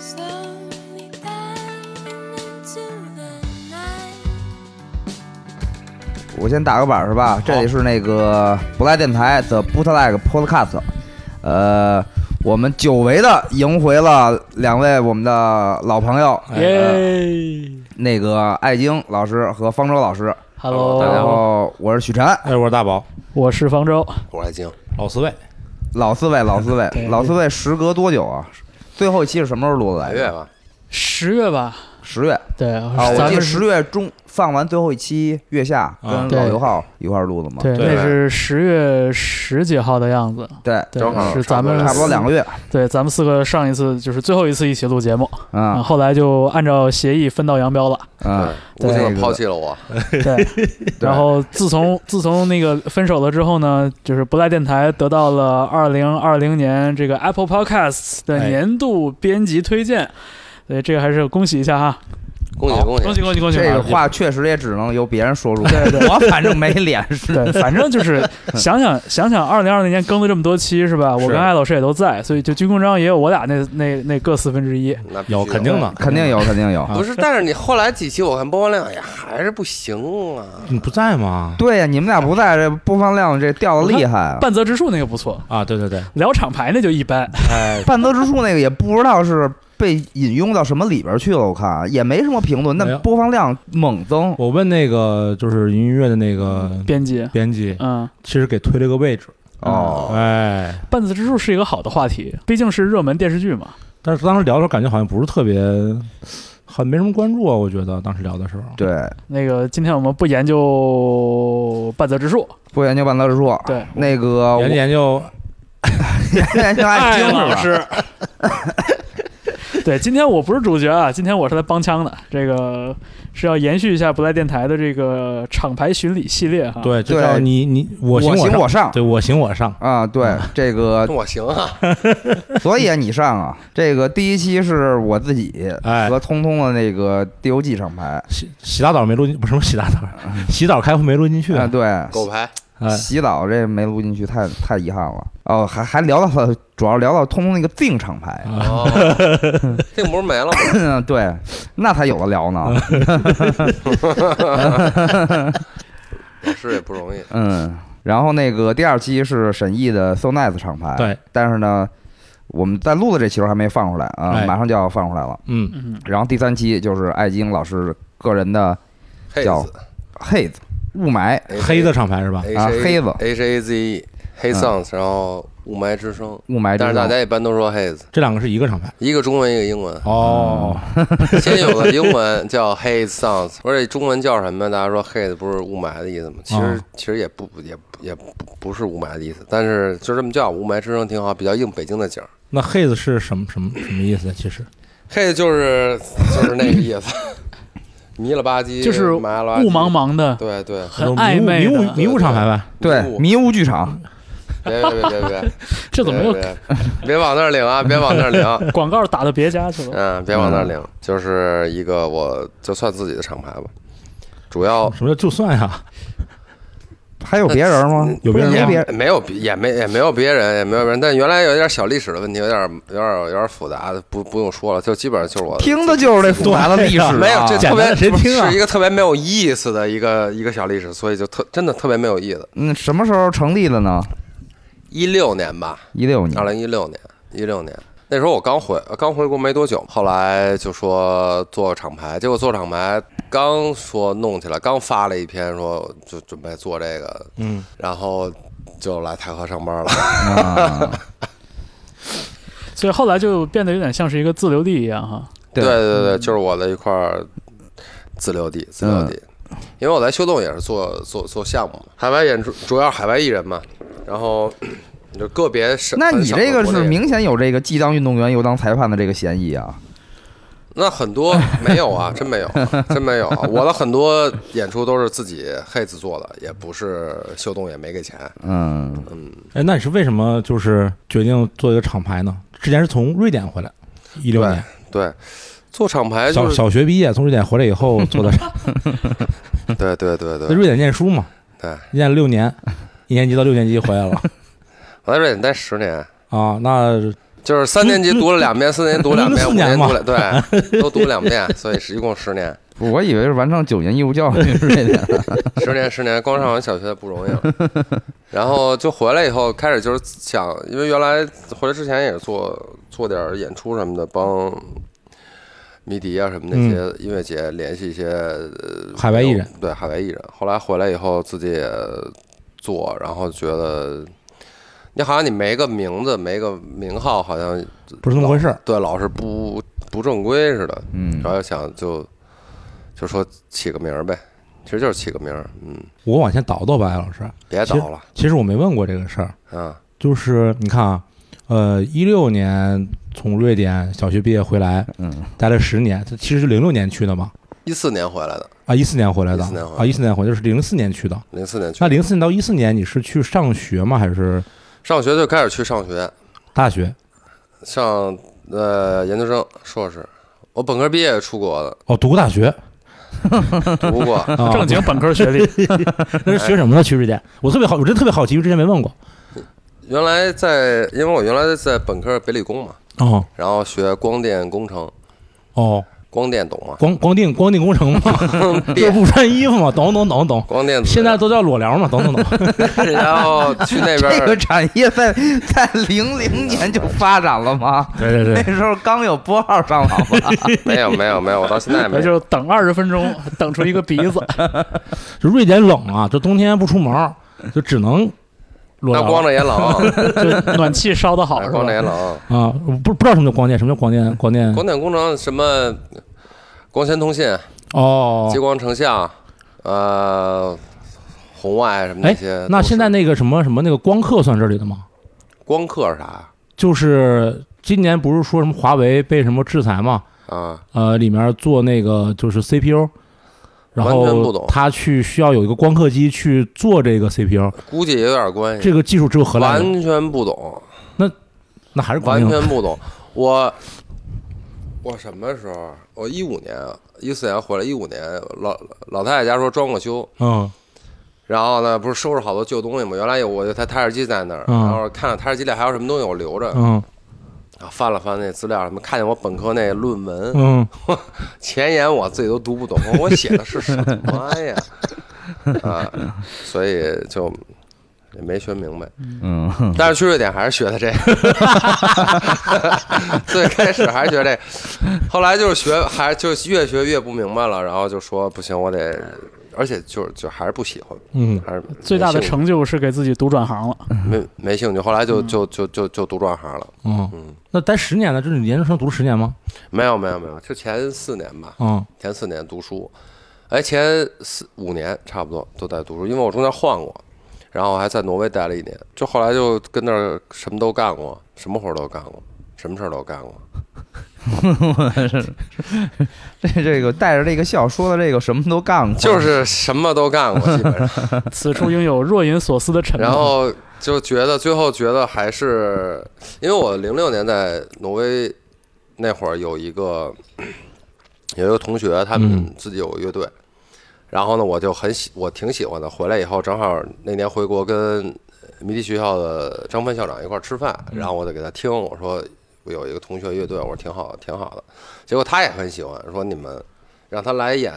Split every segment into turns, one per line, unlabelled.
slowly down into the night.
我先打个板儿是吧？这里是那个不赖电台 The Bootleg Podcast，呃，我们久违的迎回了两位我们的老朋友，
哎
呃、
耶
那个艾晶老师和方舟老师，
！Hello，
然，后我是许晨，
哎，我是大宝，
我是方舟。
我爱京，
老四位，
老四位，老四位
对，
老四位，时隔多久啊？最后一期是什么时候录的
白
来
月
着？
吧，
十月吧，
十月啊，
对，
我
咱
记得
们
十月中放完最后一期月下跟
对
老刘浩一块儿录的嘛，
啊对，
对
那是十月十几号的样子，
对，
对
正好，
是咱们
差不多两个月，
对，咱们四个上一次就是最后一次一起录节目，
嗯
后来就按照协议分道扬镳了。
嗯，
无
对
情的抛弃了我，
对，
对
然后自从 自从那个分手了之后呢，就是不赖电台得到了二零二零年这个 Apple Podcasts 的
哎
年度编辑推荐，对，这个还是恭喜一下哈，
恭喜恭喜
恭喜！恭喜恭喜！
这个话确实也只能由别人说出，
对 对
我反正没脸 是。
对，反正就是想想想想，二零二零年更了这么多期是吧？我
是
跟艾老师也都在，所以就军功章也有我俩那那那各四分之一。
啊
那必须嗯
有肯定 的，啊
肯定有，肯定有。
不是，但是你后来几期我看播放量也哎还是不行啊，
你不在吗？
对呀，你们俩不在，这播放量这掉的厉害啊！
半泽直树那个不错，
啊，对对对，
聊厂牌那就一般。
哎，
半泽直树那个也不知道是被引用到什么里边去了，我看啊也没什么评论，
没
那
有
播放量猛增。
我问那个就是云音乐的那个
编辑，
编辑，
嗯，
其实给推了个位置，
哦，
哎，
半泽直树是一个好的话题，毕竟是热门电视剧嘛。
但是当时聊的时候感觉好像不是特别，很没什么关注啊，我觉得当时聊的时候，
对，
那个今天我们不研究半泽直树，不
不研究半泽直
啊
树，
对，
那啊个我
研究研究，
研究爱
艾
听
老
是吧？
师。对，今天我不是主角啊，今天我是来帮腔的。这个是要延续一下不赖电台的这个厂牌巡礼系列哈。
对，就
对
叫你你我行
我行
上，
我上
对我行我上，
啊，对这 个，
我行啊，
所以你上啊，这个第一期是我自己
哎
和通通的那个 DOG 上牌
洗洗大澡没录进，不是什么洗大澡，洗澡开会没录进去，
啊，对，
狗牌
哎，
洗澡这没录进去，太太遗憾了。哦，还还聊到了，主要聊到通通那个定厂牌，
啊
哦， 这个不是没了吗？
对，那才有的聊呢。
啊
老师也不容易，
嗯，然后那个第二期是沈毅的 So Nice 厂牌，
对，
但是呢，我们在录的这期时候还没放出来啊，
哎
马上就要放出来了。
嗯，
嗯，
然后第三期就是艾晶老师个人的
黑
叫
子
Haze 雾霾，
哎
黑的厂牌是吧？
啊黑子
H A Z E 黑
嗯
Sounds，然后雾霾之声，
雾霾之
但是大
声
家一般都说黑子，
这两个是一个厂牌。
一个中文一个英文，
哦，
先有的英文叫 Haze Sounds，我说这中文叫什么？大家说 Haze 不是雾霾的意思吗？其实
哦
啊
其实也不也也不不是雾霾的意思，但是就这么叫，雾霾之声挺好，比较应北京的景儿。
那 haze 是什么什么什么意思？啊其实
Haze 就是就是那个意思，迷了吧唧，
就是雾
麻了吧唧
茫。茫的，
对对，
很暧昧
迷雾迷雾
的，
迷雾厂牌呗。
对
迷雾
迷雾剧场，
别别别别别，
这怎么又
别别别往那儿领啊！别往那儿领。
广告打到别家去了？
嗯，别往那儿领，就是一个我就算自己的厂牌吧，主要
什么叫就算呀？
还有别人吗？
有别人吗
没
也
别人
没有别也没也没有别人，也没有别人，但原来有点小历史的问题，有点有点有点复杂的，不不用说了，就基本上就是我
听的就是这复杂的历史啊，
没有这
简
特别
单谁听啊
是一个特别没有意思的一个一个小历史，所以就特真的特别没有意思。
嗯，什么时候成立的呢？
一六年吧，
一六
二
年，
零一六年，一六年那时候我刚回刚回国没多久，后来就说做个厂牌，结果做厂牌刚说弄起来，刚发了一篇说就准备做这个，
嗯，
然后就来太和上班了。
啊，
所以后来就变得有点像是一个自留地一样哈。
对嗯
对对对，就是我的一块儿自留地，自
嗯
留地。因为我在修动也是做做做项目嘛，海外演出主要是海外艺人嘛，然后 就个别是。
那你这个是
很少国内
明显有这个既当运动员又当裁判的这个嫌疑啊！
那 很多没有啊，真没有，真没有。啊我的很多演出都是自己黑子做的，也不是秀动，也没给钱。
嗯，
哎，那你是为什么就是决定做一个厂牌呢？之前是从瑞典回来，一六年
对，做厂牌
小
就是
小学毕业，从瑞典回来以 后做的厂，
对对对
在
对
瑞典念书嘛，
对。
念了六年，一年级到六年级回来了
我在瑞典待十年，
啊。那
就是三年级读了两遍，四年级读 两遍，
四
五
年
年级
嘛
读两对，都读两遍，所以是一共十年，
不是我以为是完成九年义务教育是这点，
十年十年，光上完小学不容易了。然后就回来以后，开始就是想，因为原来回来之前也是做做点儿演出什么的，帮迷笛啊什么那些音乐节联系一些、呃
嗯海外艺人，
对海外艺人。后来回来以后自己也做，然后觉得你好像你没个名字，没个名号，好像
不是那么回事儿。
对，老是不不正规似的，
嗯
然后想就就说起个名儿呗，其实就是起个名儿，嗯，
我往前倒倒吧，艾老师，
别倒了，
其实我没问过这个事儿，
啊，
就是你看啊，呃，一六年从瑞典小学毕业回来，
嗯，
待了十年，他其实是零六年去的嘛，
一四年回来的，
啊，一四年回来的
14年回，来
啊，一四年回来就是零四年去的。
零四年去
那零四年到一四年，你是去上学吗？还是
上学就开始去上学，
大学？
上呃研究生、硕士，我本科毕业出国的，
哦，读过大学，
读过
啊、
正经本科学 历，
那是学什么的？去瑞典？我特别好，我真特别好奇，因为之前没问过。
原来在，因为我原来在本科北理工嘛，
哦
然后学光电工程，
哦，
光电懂吗？
光光腚光腚工程 嘛，就是不穿衣服嘛，懂懂懂懂。
光电子
现在都叫裸聊嘛，懂懂懂。
然后去那边
这
儿
个产业在在零零年就发展了吗？
对对
那，时候刚有拨号上网吧，
没有没有没有，我到现在也没
那
有
就等二十分钟，等出一个鼻 子。
就瑞典冷啊，这冬天不出门，就只能裸
那
聊
光着也 冷，
就暖气烧得好
哎
是
光着也
吧？
冷。
啊。不不知道什么叫光电，什么叫光电？光电
光电工程什么光纤通信、
哦
激。光成像，呃，红外什么那
哎
些都是。
那现在那个什么什么那个光刻算这里的吗？
光刻是啥呀
就是今年不是说什么华为被什么制裁吗？
啊？
呃，里面做那个就是 CPU，然
完全不
后
懂
他去需要有一个光刻机去做这个 CPU，
估计也有点关系。
这个技术只有荷兰有，
哎完全不懂，
那还是光
完
腚
全不 懂。我我什么时候？我一五年、一四年回来，一五年老老太太家说装个修，
嗯
然后呢，不是收拾好多旧东西吗？原来有我有台台式机在那儿，
嗯
然后看了台式机里还有什么东西我留着，
嗯
啊，翻了翻那资料，什么看见我本科那论文，
嗯，
前言我自己都读不懂，我写的是什么呀？啊，所以就也没学明白。
嗯，
但是去瑞典还是学的这个，最开始还是学这个，后来就是学，还就越学越不明白了，然后就说不行，我得，而且就是就还是不喜欢，
嗯，
还是没
最大的
兴趣
成就是给自己读转行了。
没没兴趣，后来就
嗯
就就就就读转行了。
嗯，那待十年呢？这是你研究生读了十年吗？
没有没有没有，就前四年吧，
嗯，
前四年读书，哎，前四五年差不多都在读书，因为我中间换过，然后我还在挪威待了一年，就后来就跟那儿什么都干过，什么活儿都干过，什么事儿都干过。
这这个带着这个笑说的这个什么都干过，
就是什么都干过，基本上。
此处应有若隐所思的沉默。
然后就觉得最后觉得还是，因为我零六年在挪威那会儿有一个有一个同学，他们自己有个乐队，然后呢我就很喜我挺喜欢的。回来以后正好那年回国跟迷笛学校的张帆校长一块儿吃饭，然后我就给他听我说我有一个同学乐队，我说挺好的挺好的。结果他也很喜欢，说你们让他来演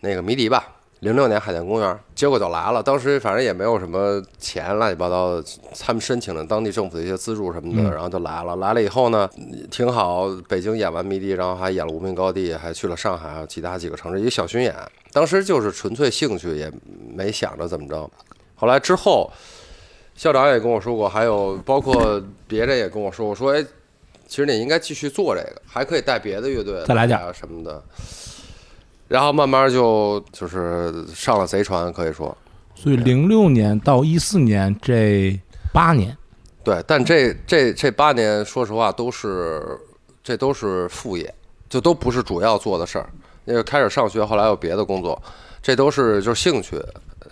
那个迷笛吧。零六年海淀公园，结果就来了。当时反正也没有什么钱，乱七八糟的，他们申请了当地政府的一些资助什么
嗯
的，然后就来了。来了以后呢，挺好。北京演完迷笛，然后还演了无名高地，还去了上海，还有其他几个城市，一个小巡演。当时就是纯粹兴趣，也没想着怎么着。后来之后，校长也跟我说过，还有包括别人也跟我说过，说哎，其实你应该继续做这个，还可以带别的乐队
再来点
啊什么的。然后慢慢就就是上了贼船，可以说
所以零六年到一四年这八年，
对。但这这这八年，说实话都是这都是副业，就都不是主要做的事儿。那个开始上学，后来有别的工作，这都是就是兴趣。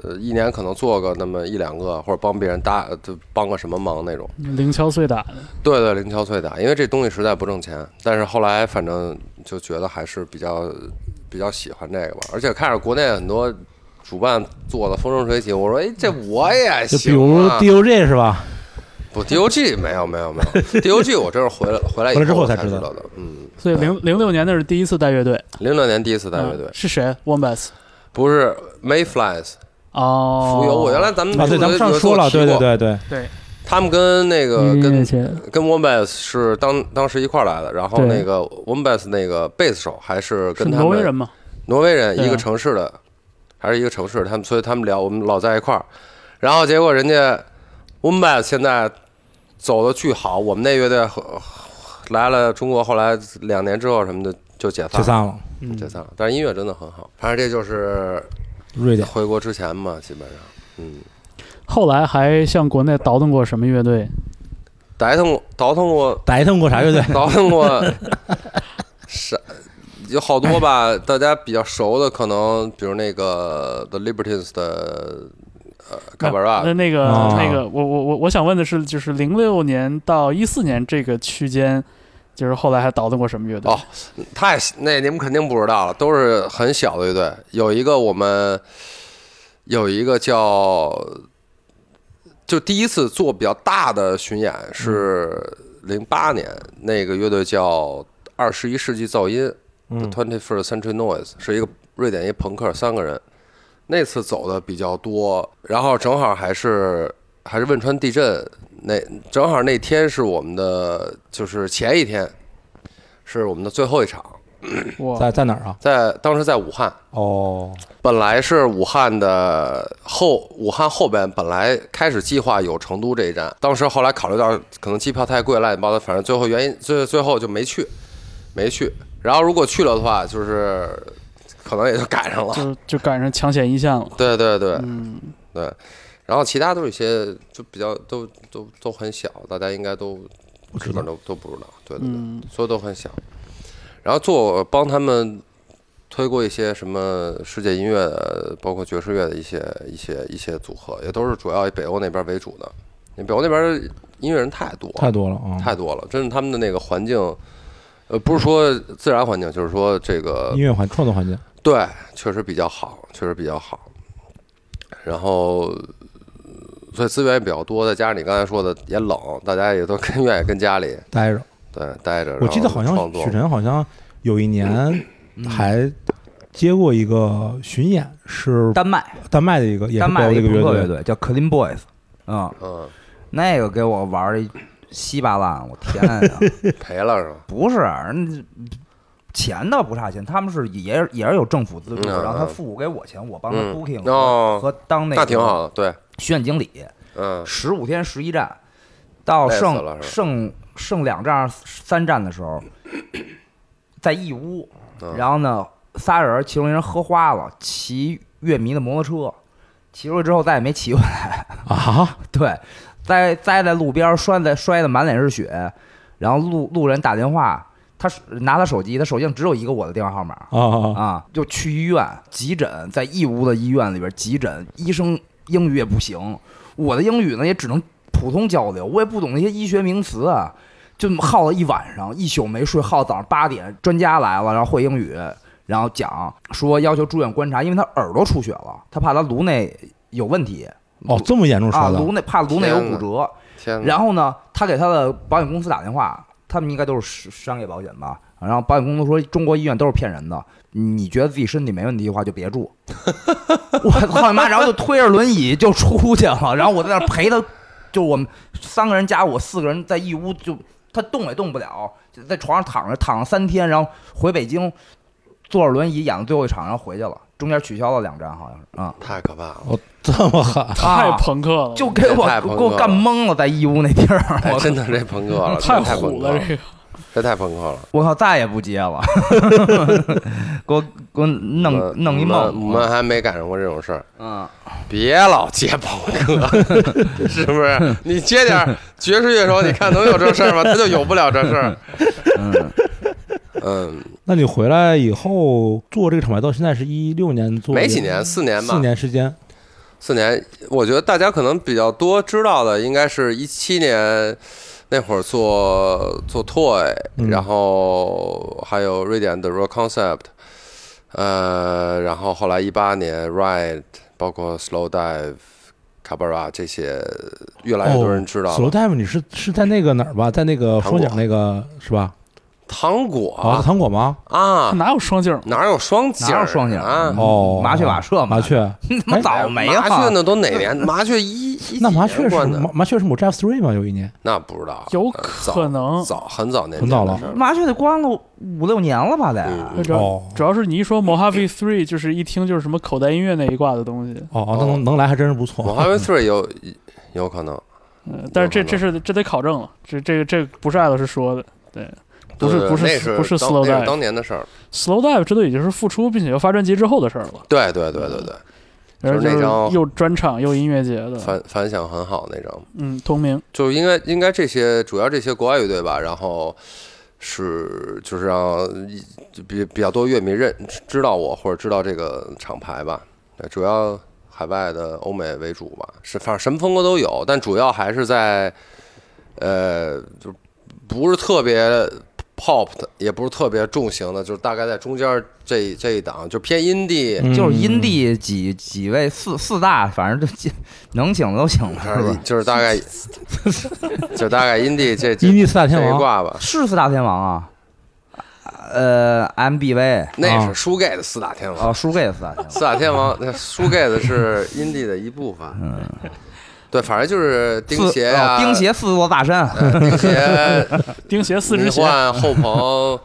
呃，一年可能做个那么一两个，或者帮别人搭就帮个什么忙那种。
零敲碎打的，
对对，零敲碎打，因为这东西实在不挣钱。但是后来反正就觉得还是比较比较喜欢这个吧，而且看着国内很多主办做的风生水起，我说哎，这我也
就比
行
如
啊。
DOJ 是吧？
不 ，DOG 没有没有没有，DOG 我这是回来回来以
回来之后
才
才知道
道的。嗯，
所以零零六年那是第一次带乐队，
零六年第一次带乐队
嗯，是谁？Wombats
不是 Mayflies
哦，
浮游。我原来咱们
啊，对，咱们上说了，对对，嗯对
啊
对，
对
他们跟那个
音乐
跟
节
跟 Wombats 是当当时一块儿来的，然后
对
那个 Wombats 那个贝斯手还是
是
跟他们
挪威人嘛？
挪威人
对啊
一个城市的，还是一个城市，他们所以他们聊，我们老在一块儿，然后结果人家 Wombats 现在走的巨好，我们那乐队和来了中国，后来两年之后什么的就解散
解
了，
散了，
解散了，
嗯
但是音乐真的很好，反正这就是
瑞典。
回国之前嘛，基本上，嗯，
后来还向国内倒腾过什么乐队？
倒腾倒腾过
打一通过啥乐队？
倒腾过啥有好多吧，大家比较熟的可能，比如那个 The Libertines 的呃 c a b a r a
那那个、
啊
那个，我我我我想问的是，就是零六年到一四年这个区间，就是后来还倒腾过什么乐队？
哦太那你们肯定不知道了，都是很小的乐队。有一个我们有一个叫，就第一次做比较大的巡演是零八年，那个乐队叫二十一世纪噪音
嗯
（Twenty First Century Noise），是一个瑞典一朋克，三个人。那次走的比较多，然后正好还是还是汶川地震那正好那天是我们的就是前一天，是我们的最后一场，
哇，
在在哪儿啊？
在当时在武汉，
哦，
本来是武汉的后武汉后边本来开始计划有成都这一站，当时后来考虑到可能机票太贵，乱七八糟，反正最后原因最最后就没去，没去。然后如果去了的话，就是可能也就赶上了。
就就赶上抢险一线了。
对对对
嗯，
对，然后其他都是一些就比较都都都很小，大家应该都
不
基
知
本上
道。
都都不知道。对对对。
嗯，
所有都很小。然后做帮他们推过一些什么世界音乐的，包括爵士乐的一些一些一些组合，也都是主要以北欧那边为主的。因为北欧那边音乐人太多，
太多了啊！
太多了，真是他们的那个环境，呃，不是说自然环境，就是说这个
音乐环创作环境，
对，确实比较好，确实比较好。然后，呃所以资源也比较多，再加上你刚才说的也冷，大家也都更愿意跟家里
待着。
对待着。
我记得
然后
好像
创作嗯
许晨好像有一年还接过一个巡演，是
丹麦，
丹麦的一个，也是
丹麦
北欧
的
的一
朋
个
克乐
乐队。
队叫 Clean Boys，嗯，
嗯，
那个给我玩的稀巴烂，我天啊呀！
赔了是吧？
不是，人钱倒不差钱，他们是也是也是有政府资助的，
嗯
然后他
嗯
付我给我钱，我帮他
嗯
booking 和、
哦
和当那
那
个
挺好的，对，
巡演经理，
嗯，
十五天十一站，到
累死
剩
了是吧
剩剩两站三站的时候， 在义乌，
嗯
然后呢仨人，其中一人喝花了，骑乐迷的摩托车，骑出去之后再也没骑回来，
啊，
对，栽栽在路边，摔在摔的满脸是血，然后路路人打电话，他手拿他手机，他手机上只有一个我的电话号码，
啊
啊，就去医院急诊，在义乌的医院里边急诊，医生英语也不行，我的英语呢也只能普通交流，我也不懂那些医学名词啊，就耗了一晚上，一宿没睡，耗到早上八点，专家来了，然后会英语，然后讲说要求住院观察，因为他耳朵出血了，他怕他颅内有问题
哦，这么严重
啊，
说的
颅内怕颅内有
天
骨
嗯哪
折，
天哪，
然后呢，他给他的保险公司打电话，他们应该都是商商业保险吧？然后保险公司说中国医院都是骗人的，你觉得自己身体没问题的话就别住。 我操你妈！然后就推着轮椅就出去了，然后我在那儿陪他，就我们三个人加我四个人在义乌，就他动也动不了，就在床上躺着躺了三天，然后回北京坐着轮椅演了最后一场，然后回去了，中间取消了两站好像是啊。
太可怕了，
哦，这么狠，
太
啊
朋克了，
就给我
哦太
给
朋克
我干
了
懵了，在义乌那地儿，
哎，真的这朋克了，
太
真太朋
虎
克
了
了，
这个。
这太朋克了，
我靠，再也不接了， 给我给我
嗯
弄弄一
我们我们
梦。啊
还没赶上过这种事儿，
嗯，
别老接朋克， 是不是？你接点儿爵士乐手，你看能有这事儿吗？他就有不了这 事儿，嗯
那你回来以后做这个厂牌，到现在是一六年做的，
没几年，四年吧，
四年时间。
四年，我觉得大家可能比较多知道的，应该是一七年那会儿做做 Toy，、
嗯
然后还有瑞典的 Raw Concept，呃，然后后来一八年 Ride，包括 Slow Dive、卡巴拉这些，越来越多人知道
索罗
了。
大夫，你是是在那个哪儿吧？在那个
糖
双
果
井那个是吧？
糖
啊，
果
糖果吗？
啊，
哪有双井？
哪有双井？
哪有双井
啊？哎
哦，
麻雀瓦舍嘛
麻雀，哎
他妈早没了。
麻雀那 都哪年？麻雀一一
啊那
几
麻
年
雀是
关的
麻麻雀是 Drive Three 吗？有一年
那不知道，
有
呃
可能
早早很早那
很早了
麻雀得关了五六年了吧得。
嗯
主
哦
要主要是你一说 Mojave Three，就是一听就是什么口袋音乐那一挂的东西。
哦哦，那能能来还真是不错。
我还以 Three 有有可能，
嗯，但是这
有可能
这是这得考证了，这这个这个不是艾老师说的。对不是
对对
不是
那
不是
当
slow
那
dive
是当年的事儿。
，Slow Dive 这都已经是复出并且要发专辑之后的事儿了，
对对对对对，
然后
就是那张
又专场又音乐节的，
反反响很好那张，
嗯，同名。
就应该应该这些主要这些国外乐队吧，然后。是，就是让就比比较多乐迷认知道我，或者知道这个厂牌吧。对，主要海外的欧美为主吧，是反正什么风格都有，但主要还是在，呃，就不是特别 pop 的，也不是特别重型的，就是大概在中间这一这一档，就偏 indie，、
嗯
就是阴地几几位四四大，反正就能请的都请
哎
了，是吧？
就是大概，就大概 indie 这 这
伊尼斯大天
这一
王，
挂吧。
是四大天王啊，呃，MBV
啊
那是输给的四大天王，
哦，输给四大天王。
四大天王，那输给的是 indie 的一部分。嗯，对，反正就是钉
四
鞋
哦
啊，
钉鞋四座大山，
呃，钉鞋，
钉鞋四只
迷
鞋，
幻后朋，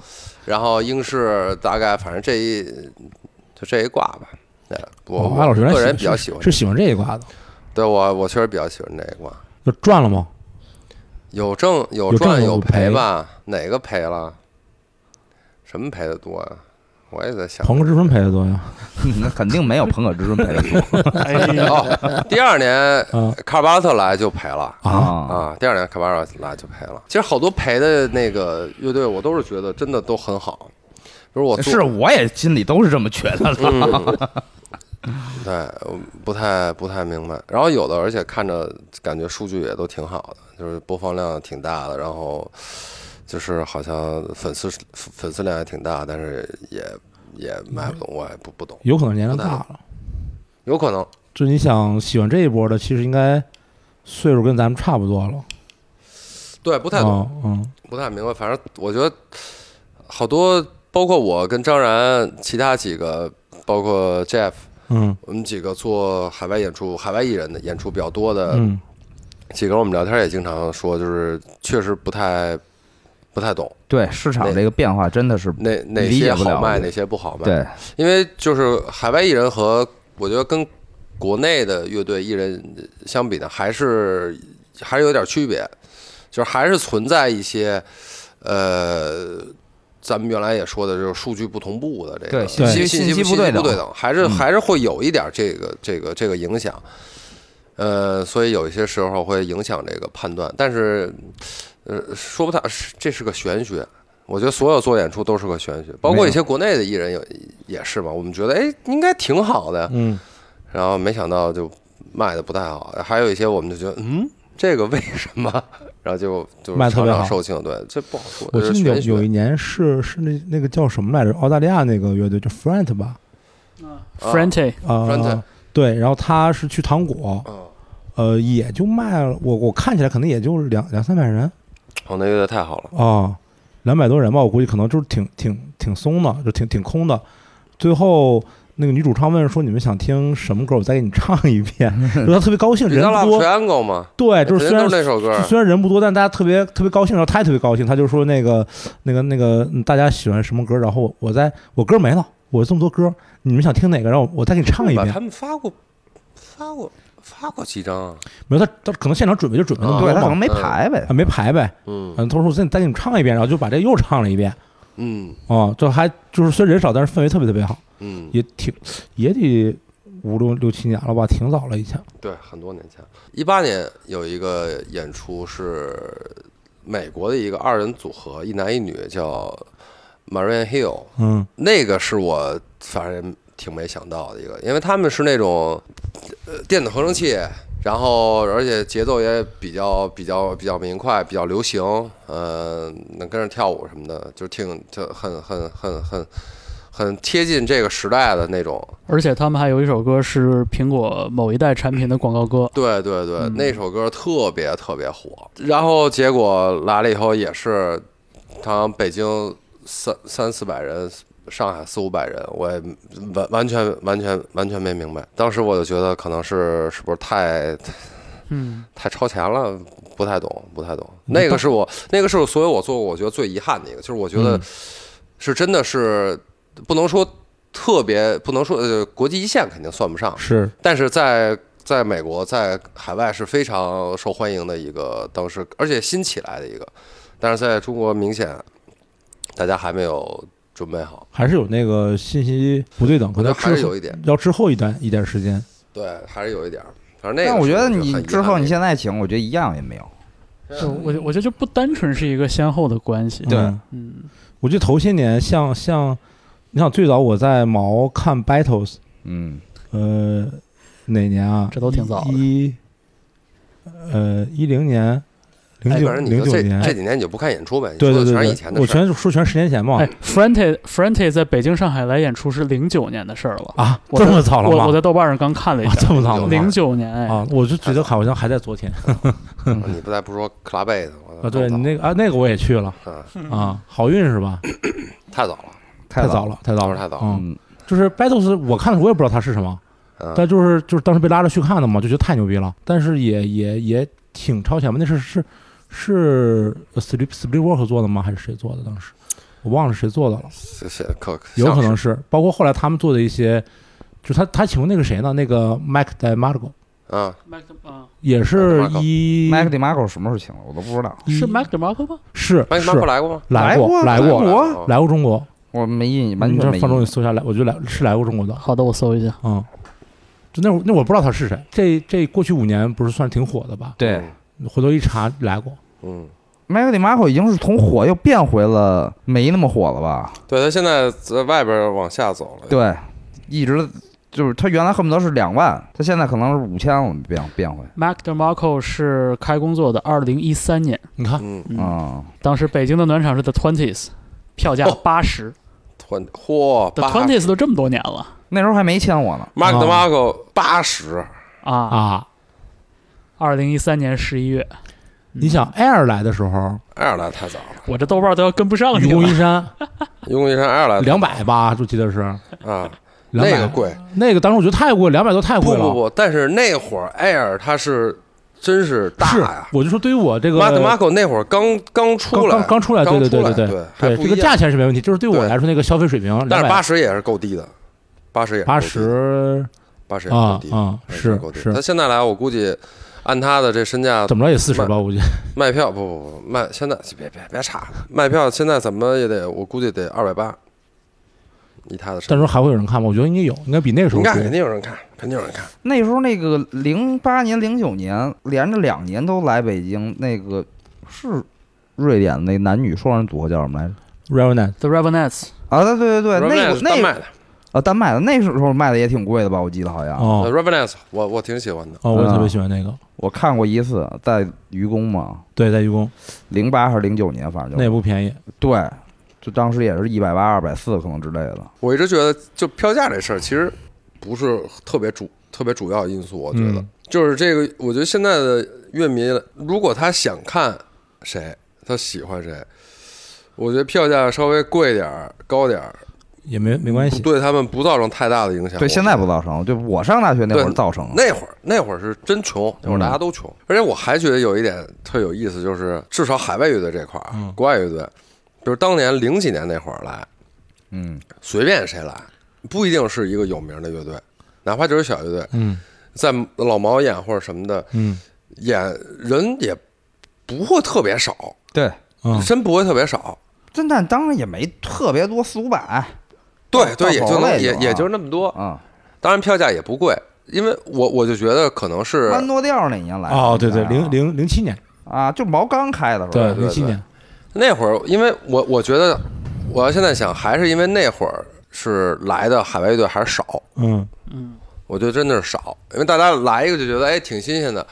然后英式，大概反正这一就这一挂吧。对，我
哦艾老师原
我个
来
人
喜
比较喜欢
是，喜欢这一挂的，
对我我确实比较喜欢这一挂。
就赚了吗？
有挣有
有
赚
挣
有
有
赔
赔
吧？哪个赔了？什么赔的多呀、我也在想。
朋克之春赔的多呀，
那肯定没有朋克之春赔的多
哎呀，
哦，第二年
嗯
卡巴特来就赔了
啊，
啊。
啊，第二年卡巴特来就赔了。其实好多赔的那个乐队，我都是觉得真的都很好。比如我做
是，我也心里呃都是这么觉得的。
嗯，对，我不太不太明白。然后有的，而且看着感觉数据也都挺好的，就是播放量挺大的，然后就是好像粉丝粉丝量也挺大，但是也也卖不动，我也不不懂，
有可能年龄大了。
有可能
就你想喜欢这一波的，其实应该岁数跟咱们差不多了，
对不太懂。
啊，嗯，
不太明白，反正我觉得好多，包括我跟张然，其他几个，包括 Jeff，
嗯
我们几个做海外演出、海外艺人的演出比较多的、
嗯
几个，我们聊天也经常说，就是确实不太不太懂
对市场这个变化真的是
哪哪
理解
些
不了
好卖，
对
哪些不好卖。
对，
因为就是海外艺人和我觉得跟国内的乐队艺人相比呢，还是还是有点区别，就是还是存在一些呃，咱们原来也说的，就是数据不同步的这个
对信
息
信
信息
息
不对
对
等
等，还是
嗯
还是会有一点这个这个这个影响。呃，所以有一些时候会影响这个判断，但是，呃，说不太，是这是个玄学。我觉得所有做演出都是个玄学，包括一些国内的艺人有也是嘛。我们觉得哎，应该挺好的，
嗯，
然后没想到就卖的不太好。还有一些我们就觉得嗯，这个为什么？然后就就
卖得特
场
别好
场售罄，对，这不好说。
我
这
记
呃是
得
玄
有有一
学。
年是是那那个叫什么来着？澳大利亚那个乐队叫 Front 吧？
Frente
啊、
Front
对，然后他是去糖果，
嗯，
呃，也就卖了，我我看起来可能也就两两三百人啊、
哦，那乐队太好了，
两百多人吧，我估计可能就是挺挺挺松的，就挺挺空的。最后那个女主唱问说：“你们想听什么歌？我再给你唱一 遍。”然后她特别高兴，
比
人
较
不
Love
多，
Triangle 嘛，
对，就是
人
虽然
都是那首歌。
虽然人不多，但大家特别特别高兴，然后他也特别高兴，他就说那个那个那个嗯大家喜欢什么歌，然后我我在我歌没了，我这么多歌，你们想听哪个，然后我再给你唱一
把
遍
他。们发过发过发过几张啊？
没有他他可能现场准备就准备那么
对
多
他可能没
嘛，
排呗
啊。没排呗，
嗯
嗯，他说我再再给你们唱一遍，然后就把这又唱了一遍，
嗯
哦、就还就是虽然人少，但是氛围特别特别好，
嗯，
也挺也得五六六七年了吧，挺早了以前，
对，很多年前，一八年有一个演出是美国的一个二人组合，一男一女叫 Marian Hill，
嗯
那个是我反正挺没想到的一个，因为他们是那种呃电子合成器，然后而且节奏也比较比较比较明快，比较流行，呃，能跟着跳舞什么的，就挺就很很很很很贴近这个时代的那种。
而且他们还有一首歌是苹果某一代产品的广告歌，
对对对，
嗯
那首歌特别特别火。然后结果来了以后也是，好像北京三三四百人，上海四五百人，我也完完全完全完全没明白。当时我就觉得可能是是不是太
嗯，
太超前了，不太懂，不太懂。那个是我，那个是我，所有我做过我觉得最遗憾的一个，就是我觉得
嗯
是真的是不能说特别，不能说呃国际一线肯定算不上，
是
但是在在美国，在海外是非常受欢迎的一个，当时而且新起来的一个，但是在中国明显大家还没有准备好，
还是有那个信息不对等，可
我觉
能
得还是
滞后
有一点，
要滞后一段一点时间。
对，还是有一点儿。反正那
但
个是
我
我
觉得
很遗
你
憾
之后
的
你
一个
现在请，我觉得一样也没有。
就我我觉得就不单纯是一个先后的关系，
对
嗯
嗯，
我记得头些年像像，你想最早我在毛看 Battles，
嗯，
呃，哪年啊？
这都挺早的
一，呃，一零年，零
哎，
九
反正你
零
就
九
这
年，
这几年你就不看演出呗，你
对
说
对对
的全是以
对
前，的
我
事儿。
全说全十年前嘛
哎，Frante Frante 在北京、上海来演出是零九年的事儿了，
啊，
我
这么早了
我我
吗？
在豆瓣上刚看了一
啊，
下，
这么早了吗？
零九年哎，
啊，我就觉得好像还在昨 天
啊你不再不说克拉贝的，我
啊，对你那个啊，那个我也去了
啊
啊，好运是吧？
太早了，
太
早
早。了，太早了，
太早了
嗯，
嗯，
就是 Battles，我看的时候我也不知道它是什么，
嗯
但就是就是当时被拉着去看的嘛，就觉得太牛逼了，但是也也也挺超前嘛。那是是是 Sleep Sleep Work 做的吗？还是谁做的？当时我忘了谁做的了，
这些可
有可能
像
是包括后来他们做的一些，就他他请问那个谁呢？那个 Mike d e m a r g o
是啊，
Mac 啊
也是
Marco
一
麦克迪马狗什么时候请的我都不知道，
一
是 Mac DeMarco 吗？
是
麦克马
是
克来过吗？
来
过
来
过
来
我
过哦嗯
来过中国，
我没印，完全没
你这
印
放中你搜一下来，我觉得来是来过中国的，
好的，我搜一下。
嗯。就那会儿那我不知道他是谁，这这过去五年不是算挺火的吧？
对，
回头一查来过，
嗯，
麦克迪马狗已经是从火又变回了没那么火了吧？
对他现在在外边往下走了，
对，一直就是他原来恨不得是两万，他现在可能是五千了，变变回。
Mac DeMarco 是开工作的，二零一三年，
你看
嗯，
嗯，
嗯，
当时北京的暖场是 The Twenties，票价
哦
八十
团嚯，
，The
八
Twenties 都这么多年了
那时候还没签我呢。
Mark
啊
DeMarco 八十，
啊，
啊，
二零一三年十一月，
你想 Air 来的时候，
爱尔兰太早了，
我这豆瓣都要跟不上
愚
你
公
了
移山
一共一身爱尔兰
两百吧，就记得是
啊，
两
那
百
个，贵，
那个当时我觉得太贵，两百多太
不
贵
不
了。
不，但是那会儿 Air 它是真是大
是
呀，
我就说对于我这个
Mark DeMarco 那会儿刚刚出
刚
来，
刚刚出来，对
刚
对
出来
对
对还
对，
不
这个
一样
价钱是没问题，就是对我
对
来说那个消费水平，200
但是八十也是够低的，八十也
八十
八十也是够
啊
低的，
啊
也
是
够低的。他
是，
现在来，我估计按他的这身价
怎么着也四十吧，我觉得
卖票不不不卖，现在别别别差，卖票现在怎么也得，我估计得二百八，以他的身
但
价，
是还会有人看吗？我觉得应该有，应该比那个时
应
候
该肯
多。
定有人看，肯定有人看。
那时候那个零八年、零九年连着两年都来北京，那个是瑞典那男女双人组合叫什么来着？
r e v e n a n t
The Revenants，
啊，对对对，对那
Revenance
个
丹
那
麦
个
的
啊，丹麦的那时候卖的也挺贵的吧？我记得好像、
哦
r e v e n a n c e 我我挺喜欢的。
哦，我也特别喜欢那个，
我看过一次，在愚公嘛，
对，在愚公
零八还是零九年，反正
那
就
也不便宜，
对，就当时也是一百八、二百四可能之类的。
我一直觉得，就票价这事儿，其实不是特别主特别主要因素。我觉得、
嗯
就是这个，我觉得现在的乐迷，如果他想看谁，他喜欢谁，我觉得票价稍微贵点儿、高点儿，
也没没关系。
对他们不造成太大的影响。
对，
啊我
现在不造成，就我上大学那会儿
对
造成了。
那会儿那会儿是真穷，那会儿大家
嗯
都穷。而且我还觉得有一点特有意思，就是至少海外乐队这块儿，啊国外乐队，就是当年零几年那会儿来，
嗯，
随便谁来，不一定是一个有名的乐队，哪怕就是小乐队，
嗯
在老毛演或者什么的
嗯
演人也不会特别少，
对，
嗯，
真不会特别少。
侦探当然也没特别多，四五百。
对对，也
到头
就
了
那
也
也
就
也
啊
就那么多，
啊，
当然票价也不贵，因为我我就觉得可能是
安诺调那年来的
哦，对对，
应该啊
零零零七年，
啊，就毛刚开的时候，
对
对
零七
对
年，
那会儿，因为我我觉得，我要现在想，还是因为那会儿是来的海外乐队还是少，
嗯
嗯，
我觉得真的是少，因为大家来一个就觉得哎挺新鲜的，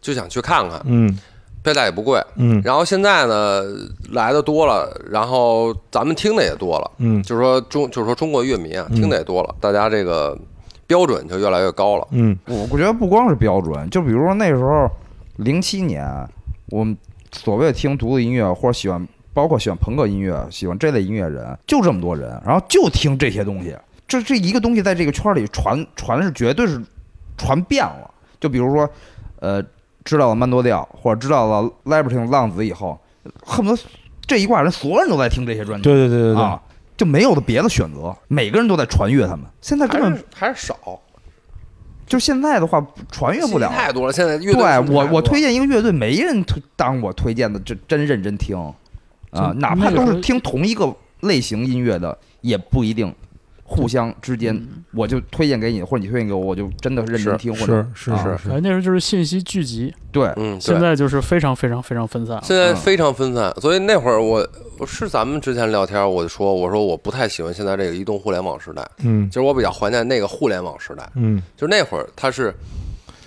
就想去看看。
嗯
票价也不贵。
嗯
然后现在呢，来的多了，然后咱们听的也多了，
嗯
就是说中，就是说中国乐迷啊，听的也多了，
嗯
大家这个标准就越来越高了。
嗯
我我觉得不光是标准，就比如说那时候零七年，我们所谓的听独立音乐或者喜欢，包括喜欢朋克音乐、喜欢这类音乐人，就这么多人，然后就听这些东西。这这一个东西在这个圈里传传是绝对是传遍了。就比如说，呃，知道了曼多调或者知道了 Libertine 浪子以后，恨不得这一挂人所有人都在听这些专辑，
对对对对对，
啊，就没有的别的选择，每个人都在传阅他们。现在根
还
本
是还是少，
就现在的话传阅不了
信息太多了。现在乐队
对
信息
我
太，多
我
了
推荐一个乐队，没人推当我推荐的，真真认真听啊，
就
哪
那
怕
个
都
时
是
候
听同一个类型音乐的，也不一定互相之间，
嗯
我就推荐给你，或者你推荐给我，我就真的是认真
嗯是
听，或者
是是
啊
是
哎，
是，
那时候就是信息聚集，
对，
嗯，对
现在就是非常非常非常分散了。
现
嗯
在非常分散，所以那会儿我我是咱们之前聊天，我就说我说我不太喜欢现在这个移动互联网时代，
嗯
其实我比较怀念那个互联网时代，
嗯
就是那会儿它是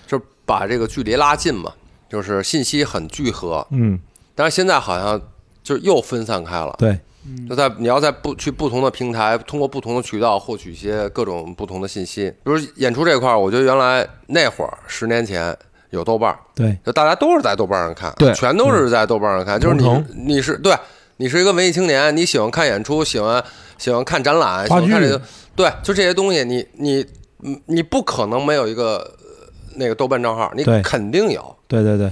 就是把这个距离拉近嘛，就是信息很聚合，
嗯，
但是现在好像就是又分散开了，
对，
就在你要在不去不同的平台，通过不同的渠道获取一些各种不同的信息，比如演出这块儿，我觉得原来那会儿十年前有豆瓣儿。
对，
就大家都是在豆瓣上看，
对嗯
全都是在豆瓣上看。就是
同
你
城
你是对，你是一个文艺青年，你喜欢看演出，喜欢喜欢看展览，喜
话
欢
剧
看这个，对，就这些东西，你你嗯你不可能没有一个呃那个豆瓣账号，你
对
肯定有。
对对对，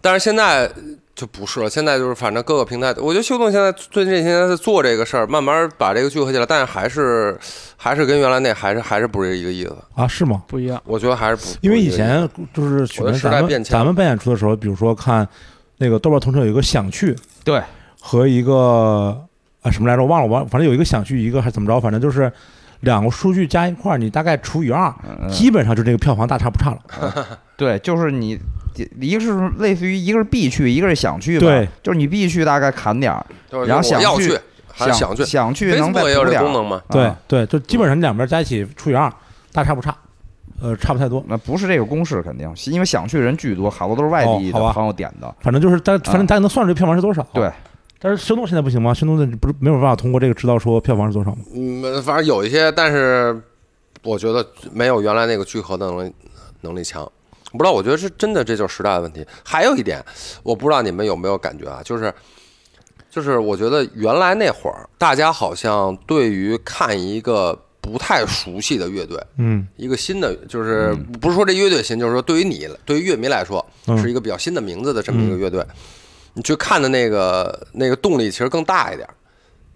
但是现在呃就不是了，现在就是反正各个平台，我觉得秀动现在最近这些年在做这个事儿，慢慢把这个聚合起来，但是还是还是跟原来那还是还是不是一个意思。
啊是吗？
不一样，
我觉得还是不
因为以
不是一个意思
前就是去
我的
年
时代
咱们
变迁了
咱们办演出的时候，比如说看那个豆瓣同城有一个想去，
对，
和一个啊什么来着，我忘了，我忘了，反正有一个想去，一个还是怎么着，反正就是两个数据加一块儿，你大概除以二，
嗯嗯
基本上就这个票房大差不差了。
对，就是你。一个是类似于一个是必去，一个是想去吧，
对，
就是你必须大概砍点儿，
就是
然后
我
想
要
去
去还是想去
想去能再
，Facebook 也有
补
这
点
功
儿，
能吗？
对
啊
对，就基本上两边加一起除以二，大差不差，呃，差不太多。
那不是这个公式肯定，因为想去人巨多，好多都是外
哦
地
好
的
吧
朋友点的，
反正就是大，反正大家能算出这票房是多少。啊
对，
但是修动现在不行吗？修动的不是没有办法通过这个知道说票房是多少吗？
嗯，反正有一些，但是我觉得没有原来那个聚合的能力能力强。不知道，我觉得是真的，这就是时代的问题。还有一点，我不知道你们有没有感觉啊，就是就是我觉得原来那会儿，大家好像对于看一个不太熟悉的乐队，
嗯
一个新的，就是不是说这乐队新，就是说对于你，对于乐迷来说，
嗯
是一个比较新的名字的这么一个乐队，你去看的那个那个动力其实更大一点儿，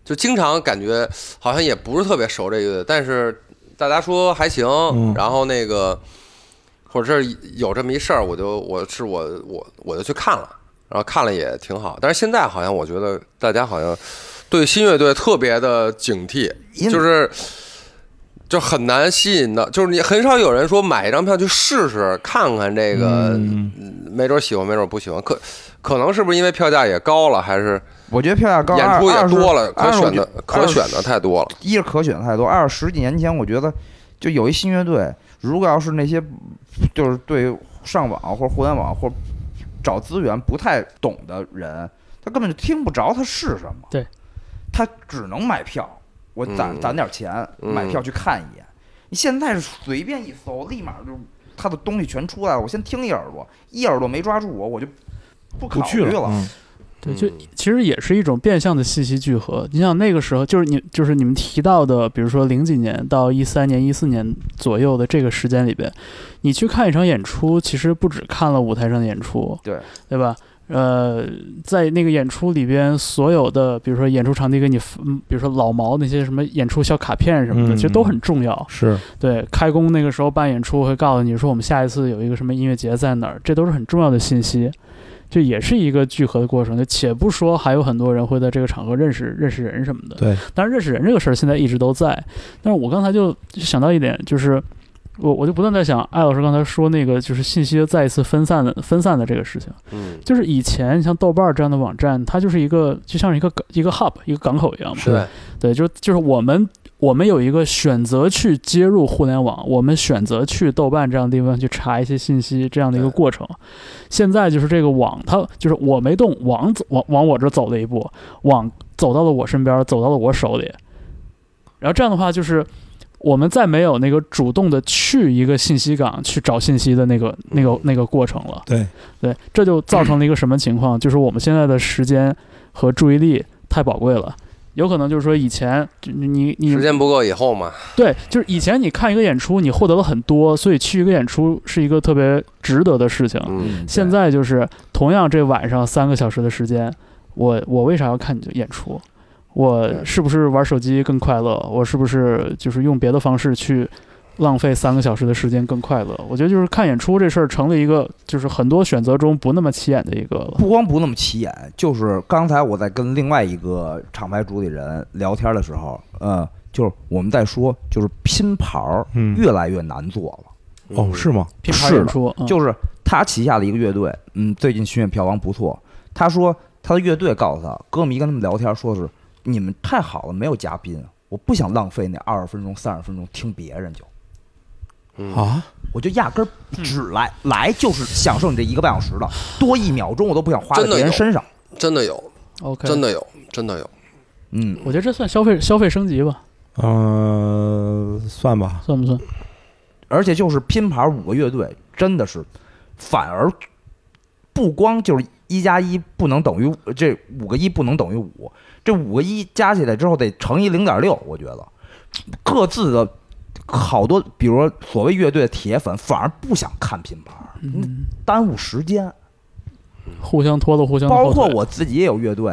就经常感觉好像也不是特别熟这个乐队，但是大家说还行，然后那个或者是有这么一事儿，我就我是我我我就去看了，然后看了也挺好，但是现在好像我觉得大家好像对新乐队特别的警惕，
因
就是。就很难吸引到，就是你很少有人说买一张票去试试看看这个，嗯没准喜欢，没准不喜欢。可可能是不是因为票价也高了，还是
我觉得票价高，
演出也多了，可
二
选的可选，
二
的太多了。
十一是可选的太多，二是十几年前我觉得就有一新乐队，如果要是那些就是对上网或者互联网或者找资源不太懂的人，他根本就听不着他是什么，
对，
他只能买票，我攒、
嗯
攒点钱买票去看一眼。你现在是随便一搜，立马就他的东西全出来了，我先听一耳朵，一耳朵没抓住我，我就不考
不去
虑
了，嗯
对，就
嗯
其实也是一种变相的信息聚合。你想那个时候，就是你就是你们提到的，比如说零几年到一三年、一四年左右的这个时间里边，你去看一场演出，其实不只看了舞台上的演出，
对
对吧？呃，在那个演出里边，所有的比如说演出场地给你发，嗯比如说老毛那些什么演出小卡片什么的，
嗯
其实都很重要。
是
对，开工那个时候办演出会告诉你说我们下一次有一个什么音乐节在哪儿，这都是很重要的信息，这也是一个聚合的过程。就且不说还有很多人会在这个场合认识认识人什么的，
对，
当然认识人这个事儿现在一直都在。但是我刚才就想到一点，就是我我就不断在想，艾老师刚才说那个就是信息再一次分散的分散的这个事情，
嗯，
就是以前像豆瓣儿这样的网站，它就是一个就像是一个港一个 hub 一个港口一样嘛，
对，
对，就是就是我们我们有一个选择去接入互联网，我们选择去豆瓣这样的地方去查一些信息这样的一个
对
过程。现在就是这个网，它就是我没动，网走往往我这走了一步，网走到了我身边，走到了我手里。然后这样的话，就是我们再没有那个主动的去一个信息港去找信息的那个、那个、那个过程了。
对，
对，这就造成了一个什么情况？就是我们现在的时间和注意力太宝贵了。有可能就是说，以前就你你
嗯时间不够以后嘛，
对，就是以前你看一个演出，你获得了很多，所以去一个演出是一个特别值得的事情。
嗯，
嗯
现在就是同样这晚上三个小时的时间，我我为啥要看你的演出？我
对
是不是玩手机更快乐？我是不是就是用别的方式去浪费三个小时的时间更快乐？我觉得就是看演出这事儿成了一个就是很多选择中不那么起眼的一个了。
不光不那么起眼，就是刚才我在跟另外一个厂牌主理人聊天的时候，嗯，就是我们在说，就是拼盘儿
嗯，
越来越难做了。
嗯
哦，是吗？
拼盘
是
演
的，
出，
嗯
就是他旗下的一个乐队，嗯，最近巡演票房不错。他说他的乐队告诉他，歌迷跟他们聊天说是你们太好了，没有嘉宾，我不想浪费那二十分钟、三十分钟听别人就，
嗯
啊，
我就压根儿只来、来就是享受你这一个半小时的，多一秒钟我都不想花在
真的
别人
有
身上。
真的有，
OK，
真，的有，真的有。
嗯，
我觉得这算消费消费升级吧，
呃，算吧，
算不算？
而且就是拼盘五个乐队，真的是反而不光就是一加一不能等于这五个一不能等于五，这五个一加起来之后得乘以零点六，我觉得各自的好多，比如说所谓乐队的铁粉，反而不想看拼盘，
嗯，
耽误时间。
互相拖了互相的
包
后腿
括我自己也有乐队，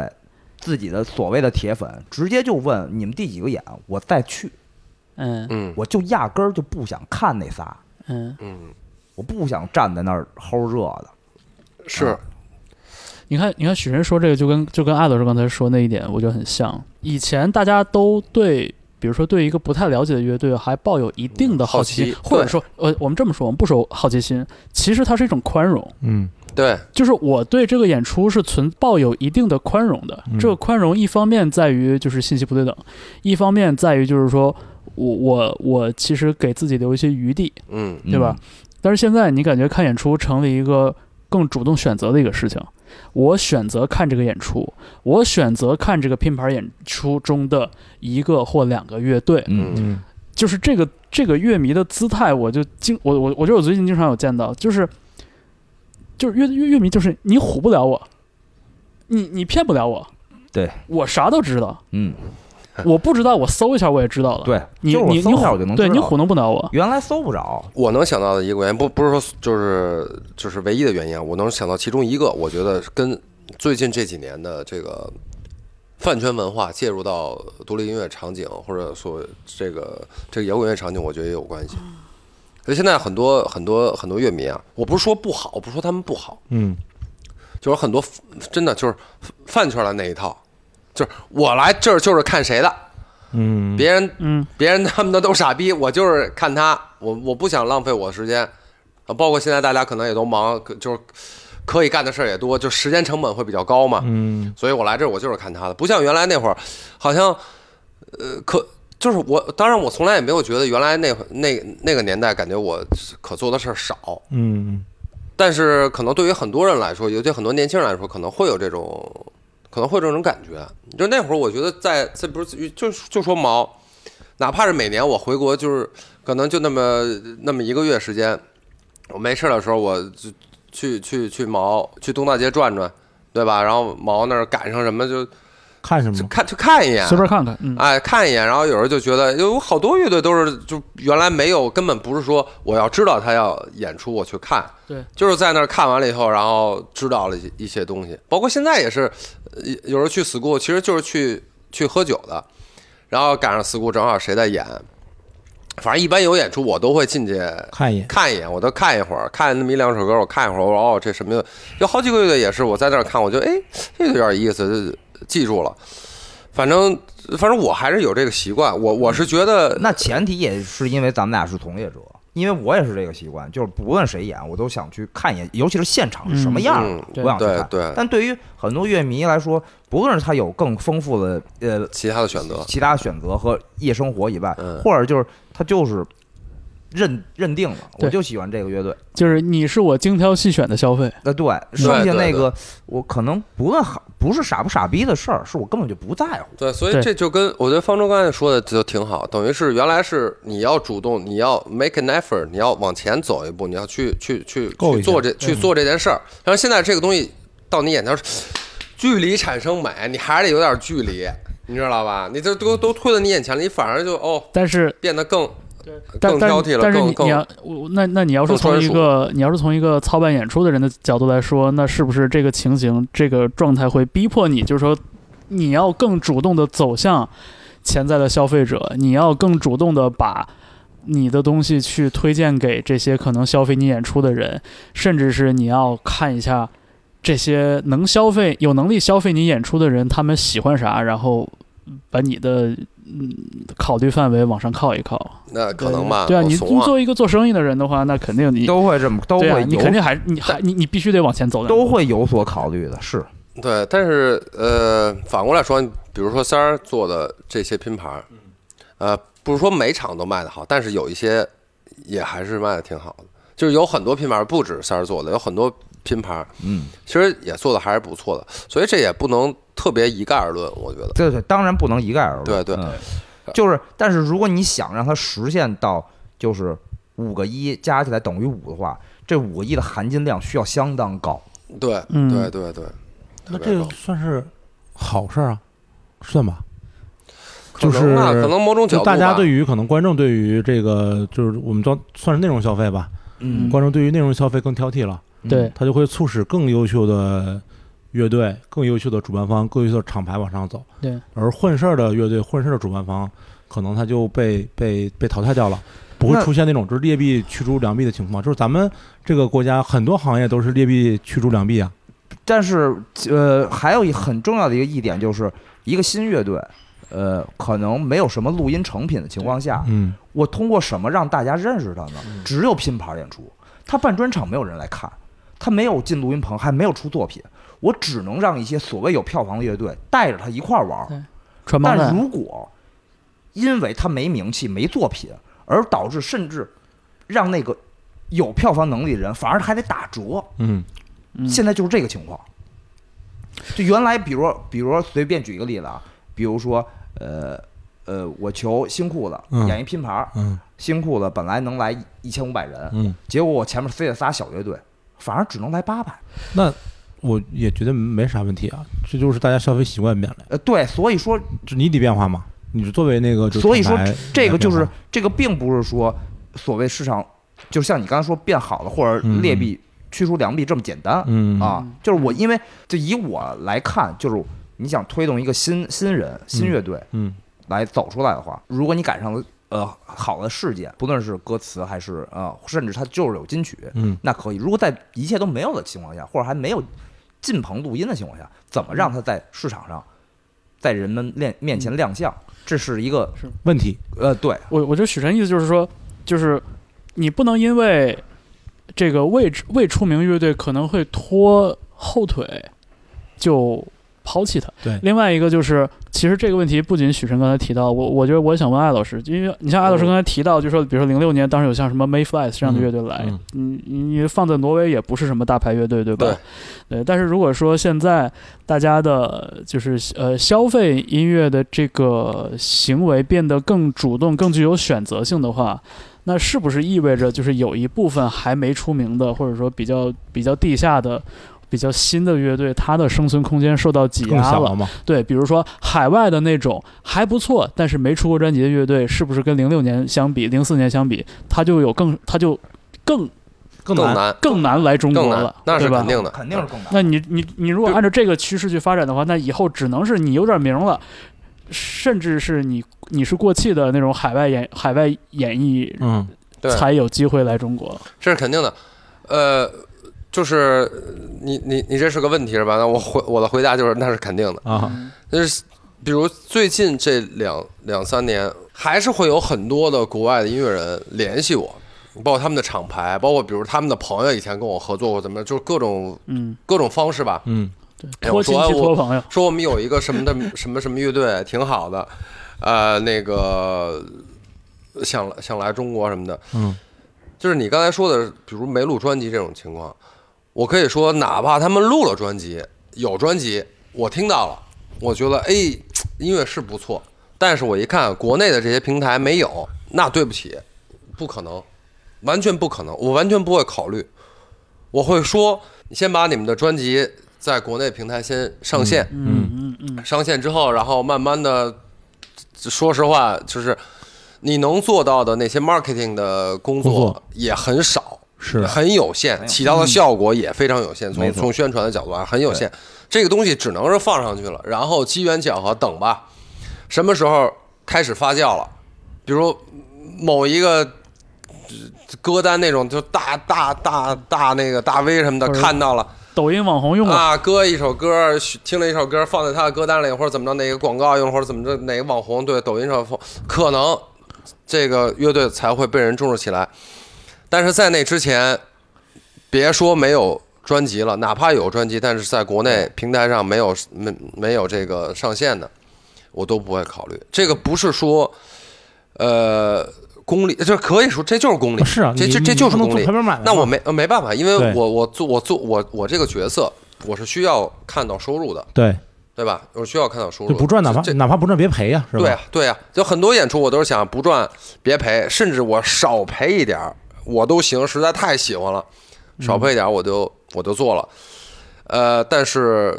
自己的所谓的铁粉，直接就问你们第几个演，我再去，
嗯
嗯
我就压根儿就不想看那仨，
嗯，
嗯，
我不想站在那儿齁热的。
是
嗯
你看，你看许晨说这个，就跟就跟艾老师刚才说那一点，我觉得很像。以前大家都对，比如说对一个不太了解的乐队，还抱有一定的好奇心，
好奇
或者说，呃，我们这么说，我们不说好奇心，其实它是一种宽容，
嗯，
对，
就是我对这个演出是存抱有一定的宽容的。
嗯
这个宽容一方面在于就是信息不对等，一方面在于就是说我我我其实给自己留一些余地，
嗯
对吧？但是现在你感觉看演出成了一个更主动选择的一个事情。我选择看这个演出，我选择看这个拼盘演出中的一个或两个乐队，
嗯
嗯
嗯
就是这个这个乐迷的姿态，我就经我我我觉得我最近经常有见到，就是就是乐乐乐迷就是你唬不了我，你你骗不了我，
对
我啥都知道，
嗯，
我不知道我搜一下我也知道了，
对，
你
就是我
你
搜
你
一下
唬
我就能
对
知
你
道
唬弄不了我，
原来搜不着，
我能想到的一个原因，不不是说就是就是唯一的原因啊，我能想到其中一个，我觉得跟最近这几年的这个饭圈文化介入到独立音乐场景，或者说这个这个摇滚乐场景，我觉得也有关系。所以现在很多很多很多乐迷啊，我不是说不好，我不是说他们不好，
嗯
就是很多真的就是饭圈的那一套，就是我来这儿就是看谁的，
嗯，
别人
嗯
别人他们的都傻逼，我就是看他，我我不想浪费我时间，啊，包括现在大家可能也都忙，可就是可以干的事儿也多，就时间成本会比较高嘛，
嗯
所以我来这儿我就是看他的，不像原来那会儿，好像呃可。就是我，当然我从来也没有觉得原来那会那那个年代，感觉我可做的事儿少，
嗯
但是可能对于很多人来说，尤其很多年轻人来说，可能会有这种，可能会有这种感觉。就那会儿，我觉得在这不是就就说毛，哪怕是每年我回国，就是可能就那么那么一个月时间，我没事儿的时候，我就去去去毛去东大街转转，对吧？然后毛那儿赶上什么就
看什
就
么？
看就看
啊
一眼，
随便看看，嗯，
哎，看一眼，然后有时候就觉得有好多乐队都是就原来没有，根本不是说我要知道他要演出我去看，
对，
就是在那儿看完了以后，然后知道了一些一些东西，包括现在也是，呃有时候去 school 其实就是去去喝酒的，然后赶上 school 正好谁在演，反正一般有演出我都会进去
看一眼，
看一眼，我都看一会儿，看那么一两首歌，我看一会儿，我说哦，这什么乐？有好几个乐队也是，我在那儿看，我就哎，这有点意思，就记住了。反正反正我还是有这个习惯，我我是觉得
那前提也是因为咱们俩是从业者，因为我也是这个习惯，就是不论谁演，我都想去看一眼，尤其是现场是什么样儿，
嗯
对
我想去
对
看。
对，
但对于很多乐迷来说，不论是他有更丰富的呃
其他的选择，
其他选择和夜生活以外，
嗯
或者就是他就是认认定了，
对
我就喜欢这个乐队。
就是你是我精挑细选的消费，
那对，剩下
对对
那个我可能不论好不是傻不傻逼的事儿，是我根本就不在乎。
对，所以
对
这就跟我觉得方舟刚才说的就挺好，等于是原来是你要主动，你要 make an effort，你要往前走一步，你要去去去
够一
去
下
做
嗯
这去做这件事儿。但是现在这个东西到你眼前，距离产生美，你还得有点距离，你知道吧？你这都都推到你眼前了，你反而就哦
但是
变得更
但
更
但
挑剔了，
但是
更
你你
更
要我那那你要是
更
从
专
一
属
个你要是从一个操办演出的人的角度来说，那是不是这个情形这个状态会逼迫你，就是说你要更主动的走向潜在的消费者，你要更主动的把。你的东西去推荐给这些可能消费你演出的人，甚至是你要看一下这些能消费、有能力消费你演出的人，他们喜欢啥，然后把你的嗯考虑范围往上靠一靠。
那呃可能吧，
对啊，
我
你
怂
你
啊。
作为一个做生意的人的话，那肯定你
都会这么，都
对
会
啊
有、
你肯定还你还你你必须得往前走的。
都会有所考虑的，是
对，但是呃，反过来说，比如说三儿做的这些拼盘儿，
嗯
呃，不是说每场都卖的好，但是有一些也还是卖的挺好的。就是有很多拼盘儿，不止三儿做的，有很多拼盘儿，
嗯，
其实也做的还是不错的。所以这也不能特别一概而论，我觉得。
对对，当然不能一概而论。
对对
嗯就是，但是如果你想让它实现到就是五个一加起来等于五的话，这五个一的含金量需要相当高。
对，
嗯
对对对，
那
特别
这个
高
算是好事儿啊，算吧。
可
就是
能吧啊可能 某种角
就
度
大家
吧
对于可能观众对于这个就是我们叫算是内容消费吧，
嗯
观众对于内容消费更挑剔了，
对，
嗯
他就会促使更优秀的乐队、更优秀的主办方、更优秀的厂牌往上走。
对，
而混事儿的乐队、混事儿的主办方，可能他就被被被淘汰掉了，不会
那
出现那种就是劣币驱逐良币的情况。就是咱们这个国家很多行业都是劣币驱逐良币啊。
但是呃，还有一很重要的一个一点就是，一个新乐队，呃，可能没有什么录音成品的情况下，
嗯，
我通过什么让大家认识他呢？只有拼盘演出，他办专场没有人来看，他没有进录音棚，还没有出作品，我只能让一些所谓有票房的乐队带着他一块儿玩儿。
传帮带
但如果因为他没名气、没作品，而导致甚至让那个有票房能力的人反而还得打折，
嗯，
嗯
现在就是这个情况。就原来，比如说，比如说，随便举一个例子啊，比如说，呃呃，我求新裤子
嗯
演一拼盘儿，
嗯
新裤子本来能来一千五百人，
嗯，
结果我前面塞了仨小乐队，反而只能来八百。
那我也觉得没啥问题啊，这就是大家消费习惯变了，
呃，对，所以说
就你得变化嘛。你是作为那个就是
所以说
厂牌
这这个就
来
是
变化
这个，并不是说所谓市场，就像你刚才说变好了或者
嗯
劣币驱逐良币这么简单
嗯
啊
嗯。
就是我因为就以我来看，就是你想推动一个新新人新乐队
嗯
来走出来的话，如果你赶上了呃好的事件，不论是歌词还是呃，甚至它就是有金曲，
嗯
那可以。如果在一切都没有的情况下，或者还没有进棚录音的情况下，怎么让它在市场上在人们面面前亮相？这是一个
问题，
呃，对，
我我觉得许晨意思就是说，就是你不能因为这个未知未出名乐队可能会拖后腿，就抛弃它。
对
另外一个就是，其实这个问题不仅许晨刚才提到，我我觉得我想问艾老师，因为你像艾
哦
老师刚才提到，就说比如说零六年当时有像什么 Mayflies 这样的乐队来，
嗯
你你你放在挪威也不是什么大牌乐队，对吧？
对
对，但是如果说现在大家的就是呃消费音乐的这个行为变得更主动、更具有选择性的话，那是不是意味着就是有一部分还没出名的，或者说比较比较地下的、比较新的乐队，它的生存空间受到挤
更
压
小
了？
嘛。
对，比如说海外的那种还不错，但是没出过专辑的乐队，是不是跟零六年相比、零四年相比，它就有更它就更
更
更
难，
难
更难来中
更
国
难
了，，
那是
对吧
肯定的，
肯定是更难。
那你你你如果按照这个趋势去发展的话，那以后只能是你有点名了，甚至是你你是过气的那种海外演海外演艺，
嗯，
对
才有机会来中国。
这是肯定的。呃，就是呃你你你这是个问题是吧？那我回我的回答就是那是肯定的。
啊，
嗯
就是比如最近这两两三年，还是会有很多的国外的音乐人联系我，包括他们的厂牌，包括比如他们的朋友以前跟我合作过，怎么就是各种
嗯，
各种方式吧。
嗯，
对，
哎
托
我
亲
说
戚
我
托朋友，
说我们有一个什么的 什么什么乐队挺好的，呃，那个想来想来中国什么的，
嗯，
就是你刚才说的，比如没录专辑这种情况，我可以说，哪怕他们录了专辑，有专辑，我听到了，我觉得哎，音乐是不错，但是我一看国内的这些平台没有，那对不起，不可能，完全不可能，我完全不会考虑，我会说，你先把你们的专辑在国内平台先上线，
嗯嗯嗯，
上线之后，然后慢慢的，说实话，就是你能做到的那些 marketing 的工
工
作
作
也很少，
是
很有限，起到的效果也非常有限。从从宣传的角度啊，很有限。这个东西只能是放上去了，然后机缘巧合，等吧，什么时候开始发酵了？比如某一个。呃歌单那种就大大大大那个大 V 什么的
或者
看到了，
抖音网红用过，
啊，歌一首歌，嘘听了一首歌，放在他的歌单里，或者怎么着，哪个广告用了，或者怎么着，哪个网红对抖音上放，可能这个乐队才会被人重视起来。但是在那之前，别说没有专辑了，哪怕有专辑，但是在国内平台上没有没没有这个上线的，我都不会考虑。这个不是说，呃，功利，这可以说这就是功利，
是啊，
这
你
这
你
这就是
不能
功
做
利
拍。卖买卖嘛。
那我没呃没办法，因为
啊对
我我做我做我我这个角色，我是需要看到收入的，
对
对吧？我需要看到收入
就
的，
不赚，哪怕
这
哪怕不赚别赔呀，是吧？
对啊对啊，就很多演出我都是想不赚别赔，甚至我少赔一点儿我都行，实在太喜欢了，
嗯
少赔一点儿我就我就做了。呃，但是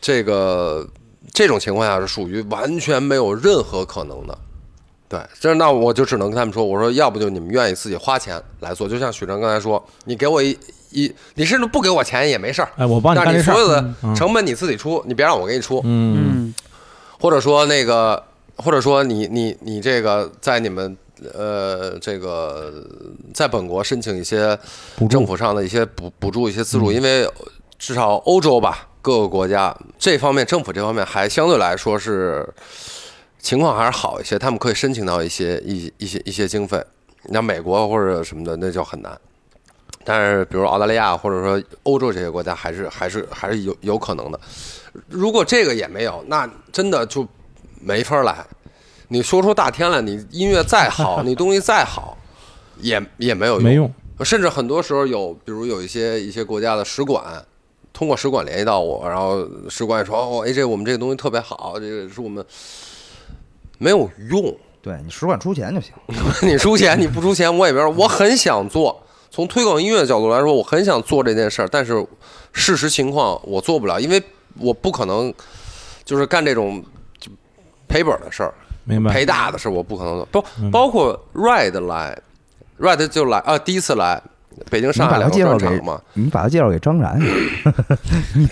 这个这种情况下是属于完全没有任何可能的。对，这那我就只能跟他们说，我说要不就你们愿意自己花钱来做，就像许晨刚才说，你给我一一，你甚至不给我钱也没事儿，
哎，我帮你
但
干这
是你
事
所有
儿。
的成本你自己出，你别让我给你出。
嗯，
嗯，
或者说那个，或者说你你你这个在你们呃这个在本国申请一些
补
政
助嗯
府上的一些补补助一些资助，因为至少欧洲吧各个国家这方面政府这方面还相对来说是情况还是好一些，他们可以申请到一些一一些一些经费。那美国或者什么的那就很难。但是，比如澳大利亚或者说欧洲这些国家，还是还是还是有有可能的。如果这个也没有，那真的就没法儿来。你说出大天来，你音乐再好，你东西再好，也也没有
没用。
甚至很多时候有，比如有一些一些国家的使馆，通过使馆联系到我，然后使馆也说哦，AJ，我们这个东西特别好，这个是我们没有用。
对你使馆出钱就行。
你出钱，你不出钱，我也没有。我很想做，从推广音乐的角度来说，我很想做这件事儿，但是事实情况我做不了，因为我不可能就是干这种就赔本的事儿。
明白
赔。大的事我不可能做，嗯包包括 Red 来，Red 就来啊，第一次来北京、
你
上海
把他
两个
介绍
专
给
场嘛，
你把他介绍给张然，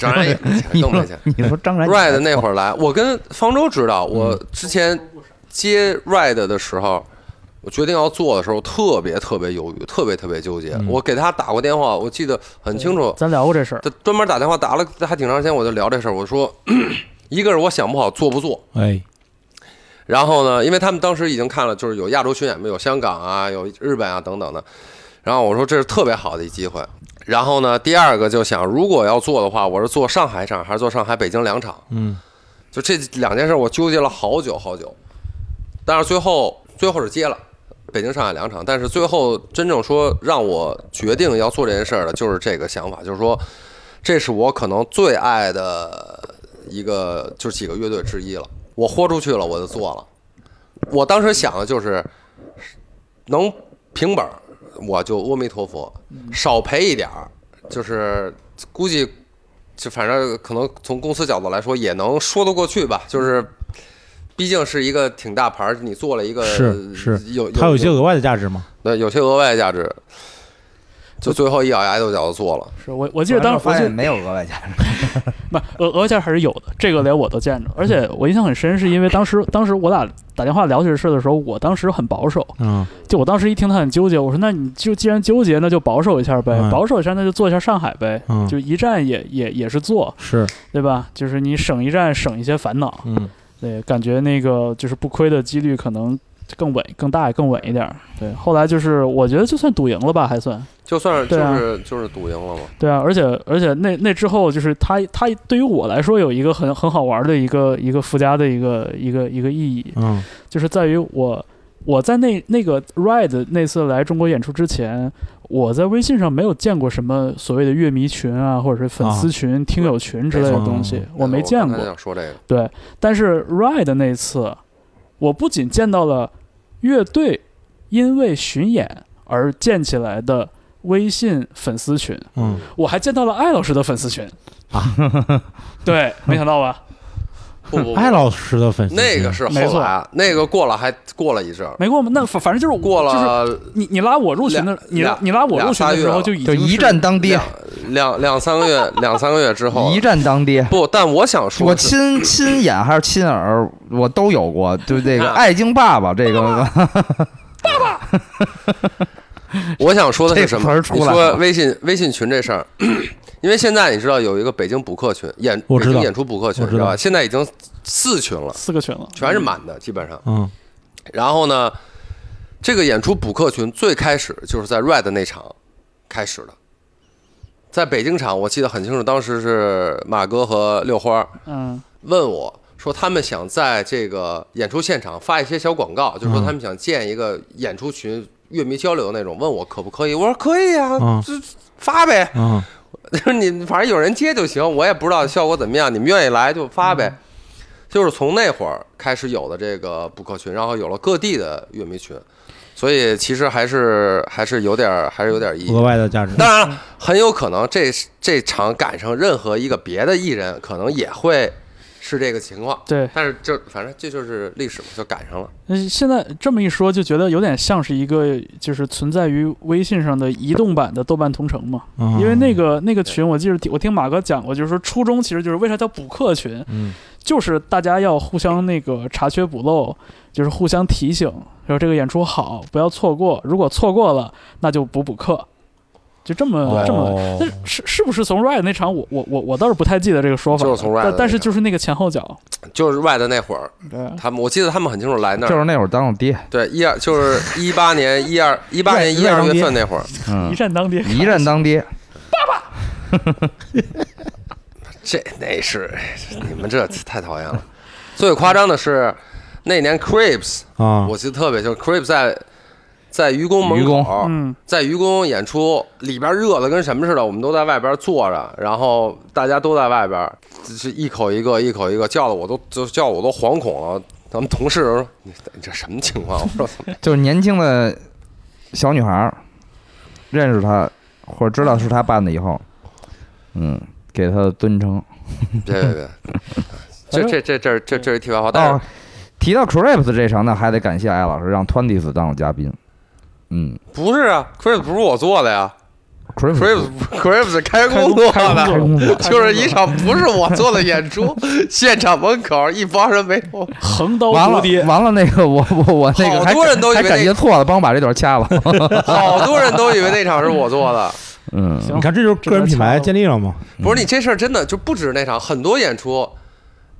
当然也没钱， 更没钱。
你说张然
Red 那会儿来，嗯我跟方舟知道，我之前接 Red 的时候，我决定要做的时候，特别特别犹豫，特别特别纠结。我给他打过电话，我记得很清楚，
咱聊过这事儿，
他专门打电话打了还挺长时间，我就聊这事儿。我说， 一个是我想不好做不做，
哎，
然后呢，因为他们当时已经看了，就是有亚洲巡演嘛，有香港啊，有日本啊等等的。然后我说这是特别好的一机会。然后呢，第二个就想，如果要做的话，我是做上海场还是做上海、北京两场？
嗯，
就这两件事，我纠结了好久好久。但是最后最后是接了北京、上海两场，但是最后真正说让我决定要做这件事儿的，就是这个想法，就是说这是我可能最爱的一个，就是几个乐队之一了。我豁出去了，我就做了。我当时想的就是能平本儿，我就阿弥陀佛；少赔一点儿，就是估计就反正可能从公司角度来说也能说得过去吧，就是。毕竟是一个挺大牌儿，你做了一个
是是
有
它有一些额外的价值嘛？
对有些额外的价值，就最后一咬牙跺脚就做了。
是我我记得当时
发
我记得
现没有额外价值，
不，额额外价还是有的，这个连我都见着。而且我印象很深，是因为当时当时我俩打电话聊起这事儿的时候，我当时很保守，
嗯，
就我当时一听他很纠结，我说那你就既然纠结，那就保守一下呗，
嗯
保守一下那就做一下上海呗，
嗯
就一站也也也是做，
是，
对吧？就是你省一站，省一些烦恼，
嗯，
对，感觉那个就是不亏的几率可能更稳、更大、更稳一点儿。对，后来就是我觉得就算赌赢了吧，还算
就算是就
对啊
是就是赌赢了嘛，
对啊。而且而且那那之后就是他他对于我来说有一个很很好玩的一个一个附加的一个一个一个意义，
嗯
就是在于我我在那那个 Red 那次来中国演出之前，我在微信上没有见过什么所谓的乐迷群啊，或者是粉丝群、听友群之类的东西，我没见
刚才
过。
想说这啊嗯个，
但是 Ride 那次，我不仅见到了乐队因为巡演而建起来的微信粉丝群，
嗯，
我还见到了艾老师的粉丝 群
啊！
对，没想到吧？
不 不不
艾老师的粉丝
那个是
没
后来，那个过了还过了一阵儿，
没过吗？那反反正就是
过
就是
了
你你拉我入群的
俩，
你
俩
你拉我入群的时候就 已
就
经
一
是
战当爹
两，两两三个月两三个月之后
一战当爹。
不，但我想说
我
是，
亲亲眼还是亲耳，我都有过，就这
你
个
看
《爱京爸爸》这个，
我想说的是
这
什
词
么
儿？出
你
来
说
了
微信微信群这事儿，因为现在你知道有一个北京补课群演
我
北
知道
京演出补课群，
我
你
知道
知道吧？现在已经四群了，
四个群了，
全是满的，基本上。
嗯
然后呢，这个演出补课群最开始就是在 Red 那场开始的，在北京场我记得很清楚，当时是马哥和六花
嗯
问我说他们想在这个演出现场发一些小广告，就是说他们想建一个演出群。乐迷交流那种，问我可不可以？我说可以啊，
嗯
就发呗。
嗯
就是你反正有人接就行，我也不知道效果怎么样，你们愿意来就发呗。就是从那会儿开始有的这个补课群，然后有了各地的乐迷群，所以其实还是还是有点儿还是有点意
额
义。
外的价值。
当然了，很有可能这这场赶上任何一个别的艺人，可能也会是这个情况。
对。
但是这反正这就是历史嘛，就赶上了。
那现在这么一说，就觉得有点像是一个就是存在于微信上的移动版的豆瓣同城嘛。
嗯
因为那个那个群，我记得听我听马哥讲过，就是说初衷其实就是为啥叫补课群，
嗯
就是大家要互相那个查缺补漏，就是互相提醒，说这个演出好，不要错过，如果错过了，那就补补课，就这么、
哦
呃这么。但是是是不是从 Ride 那场我我我我倒是不太记得这个说法了，
就是从 Riot
但但是
那场
就是那个前后脚，
就是 Red 那会儿，
对，
他们我记得他们很清楚来 那
就
儿，
是那会儿当了 爹，
对一二就是一八年一二一八年一二月份那会儿，
嗯
一，战 当爹，
一战当爹，
这那是你们这太讨厌了。最夸张的是那年 Cribs，
啊，
我记得特别清，Cribs 在在愚公门
愚
口，
嗯，
在愚公演出，里边热的跟什么似的，我们都在外边坐着，然后大家都在外边，就是一口一个，一口一个叫的，我都就叫我都惶恐了。咱们同事都说你你这什么情况？我说
就是年轻的小女孩儿认识他或者知道是他办的以后，嗯，给他的尊称。
别别别，这这这这这这是题外话，但
哦
是，
提到 Crips 这场，那还得感谢艾老师让 Twenties 当了嘉宾。嗯
不是啊，Cribs 不是我做的呀
，Crips
，Cribs Cribs 开工做
开
的
工。
工作
就是一场不是我做的演出，现场门口一帮人没有，
横刀
完
夺
了
爹，
完了，那个我我我那个
好
还
多人都以
还
为
感觉
那
错了，帮我把这段掐了。
好多人都以为那场是我做的，
嗯，
行
你，看这就是个人品牌建立了嘛？
不是你这事儿真的就不止那场，很多演出，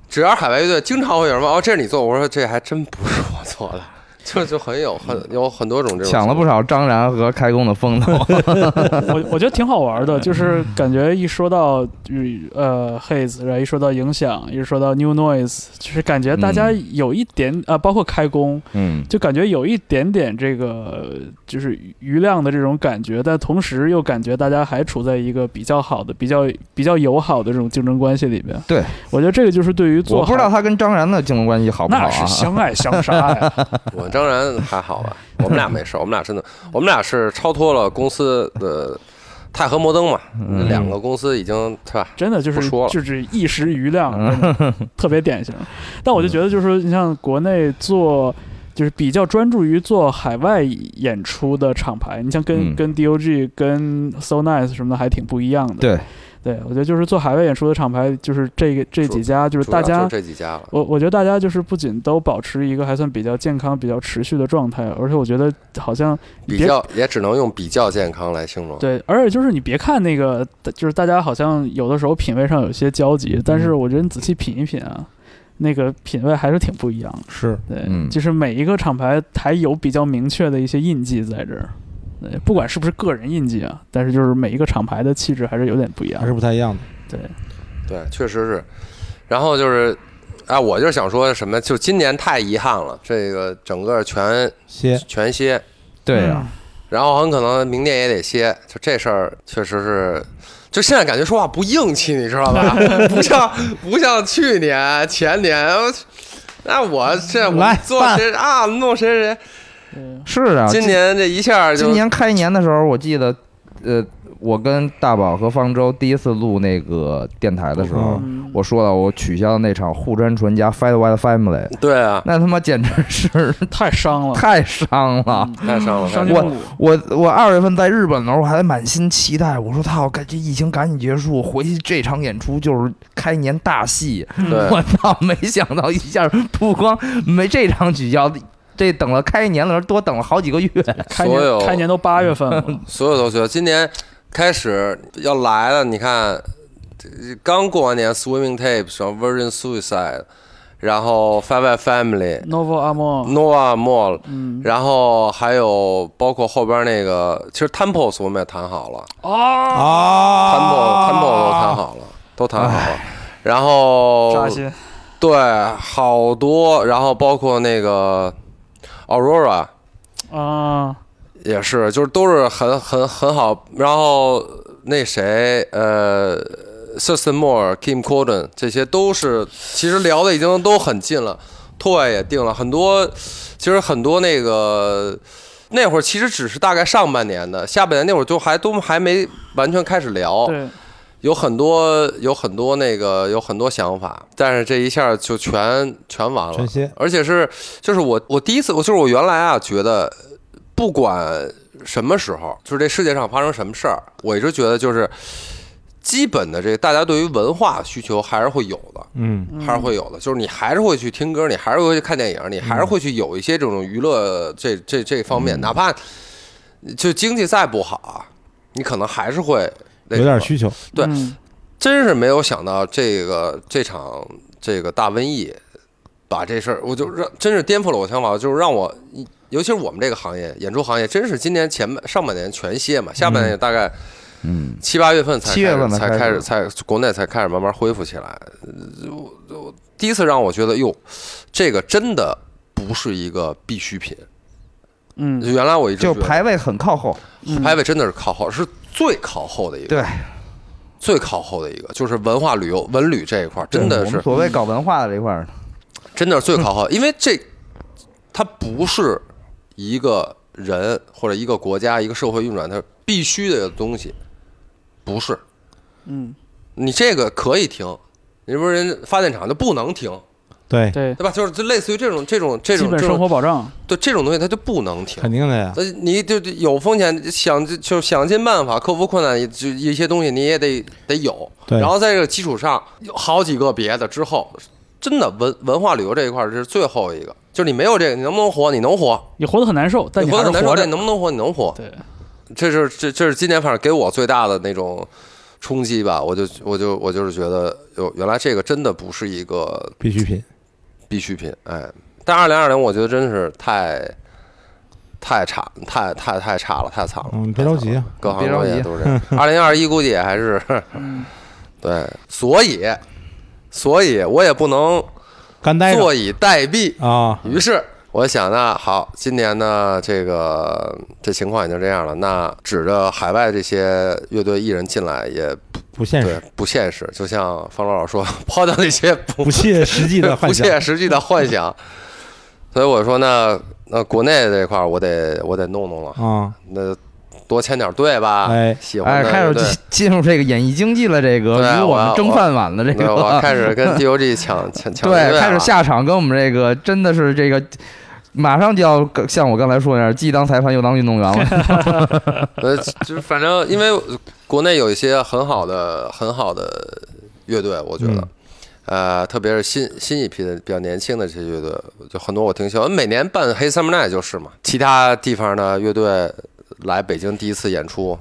只要海外乐队，经常会有人问哦，这是你做的？我说这还真不是我做的， 就就很有很有很多种这种
抢了不少张然和开工的风头。
我我觉得挺好玩的，就是感觉一说到与呃 Haze，然后一说到影响，一说到 New Noise，就是感觉大家有一点啊、呃，包括开工，
嗯，
就感觉有一点点这个呃就是余量的这种感觉，但同时又感觉大家还处在一个比较好的、比较比较友好的这种竞争关系里边。
对，
我觉得这个就是对于做
我不知道
好。
他跟张然的竞争关系好不好
那
啊？
是相爱相杀 呀！
我当然还好吧，我们俩没事，我们俩 真的，我们俩是超脱了公司的泰和摩登嘛，
嗯
两个公司已经是吧？
真的就
不
是
说了嗯
就是一时余量，真的特别典型。但我就觉得，就是说你像国内做。就是比较专注于做海外演出的厂牌，你像跟、
嗯
跟 DOG、跟 So Nice 什么的还挺不一样的。
对，
对，我觉得就是做海外演出的厂牌，就是这个这几家，就是
主要
大
就
家，
这几家了，
我我觉得大家就是不仅都保持一个还算比较健康、比较持续的状态，而且我觉得好像你
比
别
较也只能用比较健康来形容。
对，而且就是你别看那个，就是大家好像有的时候品味上有些交集，但是我觉得你仔细品一品啊，那个品味还是挺不一样的。
是
对，
嗯
就是每一个厂牌还有比较明确的一些印记在这儿。对，不管是不是个人印记啊，但是就是每一个厂牌的气质还是有点不一样
还。是不太一样的。
对，
对，确实是。然后就是，啊，我就是想说什么，就今年太遗憾了，这个整个全
歇，
全歇，
对啊
呀、
呀，
嗯然后很可能明年也得歇，就这事儿确实是。就现在感觉说话不硬气，你知道吧？ 不像不像去年前年，呃那我这我
来
做
办
谁啊弄谁谁谁，
是啊，
今年这一下就
今年开年的时候，我记得，呃，我跟大宝和方舟第一次录那个电台的时候，
嗯
我说了，我取消那场户川纯家 Fight White Family，
对啊，
那他妈简直是
太伤了，
太伤了。
嗯
太伤了，太
伤
伤
筋
了。
动骨。
我我二月份在日本的时候，我还满心期待，我说操，赶这疫情赶紧结束，回去这场演出就是开年大戏。
对，
我操，没想到一下不光没这场取消，这等了开年的时候多等了好几个月。
开
所有
年开年都八月份了，
所有同学，今年开始要来了，你看，这刚过完年，Swimming Tapes，然后 Virgin Suicide，然后 Five Five Family。
Novo Amor，
Nova Mall，
嗯，
然后还有包括后边那个，其实 Temples 我们也谈好了
哦，
，Temple Temple 都谈
啊，
好了，都谈好了。然后
哎扎心，
对，好多，然后包括那个 Aurora，
啊，
也是，就是都是很很很好。然后那谁，呃，Thurston Moore、Kim Corden 这些都是，其实聊的已经都很近了，Toy 也定了很多。其实很多那个那会儿其实只是大概上半年的，下半年那会儿就还都还没完全开始聊，
对，
有很多有很多那个有很多想法，但是这一下就全全完了，
全歇
而且是就是我我第一次，我就是我原来啊觉得，不管什么时候，就是这世界上发生什么事儿，我一直觉得就是基本的这个大家对于文化需求还是会有的。
嗯，
还是会有的，就是你还是会去听歌，你还是会去看电影，你还是会去有一些这种娱乐这这这方
嗯
面，哪怕就经济再不好啊，你可能还是会那
有
什么
点需求，
对
嗯
真是没有想到这个这场这个大瘟疫把这事儿，我就让真是颠覆了我想法，就是让我，尤其是我们这个行业，演出行业，真是今年前半上半年全歇嘛，下半年大概
嗯，
七八月份才
七月份
才
才
开
开
始
始
才国内才开始慢慢恢复起来。呃我我第一次让我觉得，哟，这个真的不是一个必需品。就
嗯，
原来我一直
就
觉得
排位很靠后。
嗯
排位真的是靠后，是最靠后的一个，
对，
最靠后的一个，就是文化旅游文旅这一块儿，真的
我
是
们所谓搞文化的这块儿，
真的是最靠后，因为这它不是一个人或者一个国家、一个社会运转它必须的东西，不是。
嗯，
你这个可以停，你不是人发电厂就不能停，
对，
对，
对吧？就是就类似于这种这种这
基
种
本
这
生
种
活保障，
对这种东西它就不能停
肯。定的呀，
那你就就有风险，想就想尽办法克服困难，就一些东西你也得得有。
对
然后在这个基础上，有好几个别的之后，真的文文化旅游这一块是最后一个，就是你没有这个，你能不能活？你能活，
你活得很难受，但
你
还
活
是
得很难受，
活
但你
着。
能不能活？你能活，
对，
这是这这是今年反正给我最大的那种冲击吧。我就我就我就是觉得，哟，原来这个真的不是一个
必需品。
必需品，哎。但二零二零，我觉得真是太太差，太太太差了，太惨了。
嗯，别着急啊，
各行
别着
各业
急
都是这样。二零二一估计也还是
嗯，
对，所以，所以我也不能
干待着
坐以待毙。
啊，
于是我想呢，好，今年呢，这个这情况已经这样了，那指着海外这些乐队艺人进来也
不现
对
实，
不现实。就像方老师说， 抛掉那些不
不切实际的幻
不
想，
切实际的幻 想。所以我说那那国内这块儿我得我得弄弄了，
啊，
那多签点队吧。
哎
喜欢
哎，
的
开始
乐队
进进入这个演艺经济了，这个
对
与
我
们蒸饭碗了，这
对，我
个
开始跟 GOG 抢抢抢音乐
对，
啊
开始下场跟我们这个真的是这个。马上就要像我刚才说那样，既当裁判又当运动员了。
呃，就是反正因为国内有一些很好的很好的乐队，我觉
嗯
得，呃，特别是新新一批的比较年轻的这些乐队，就很多我挺喜欢。每年办黑 summer night 就是嘛，其他地方的乐队来北京第一次演出，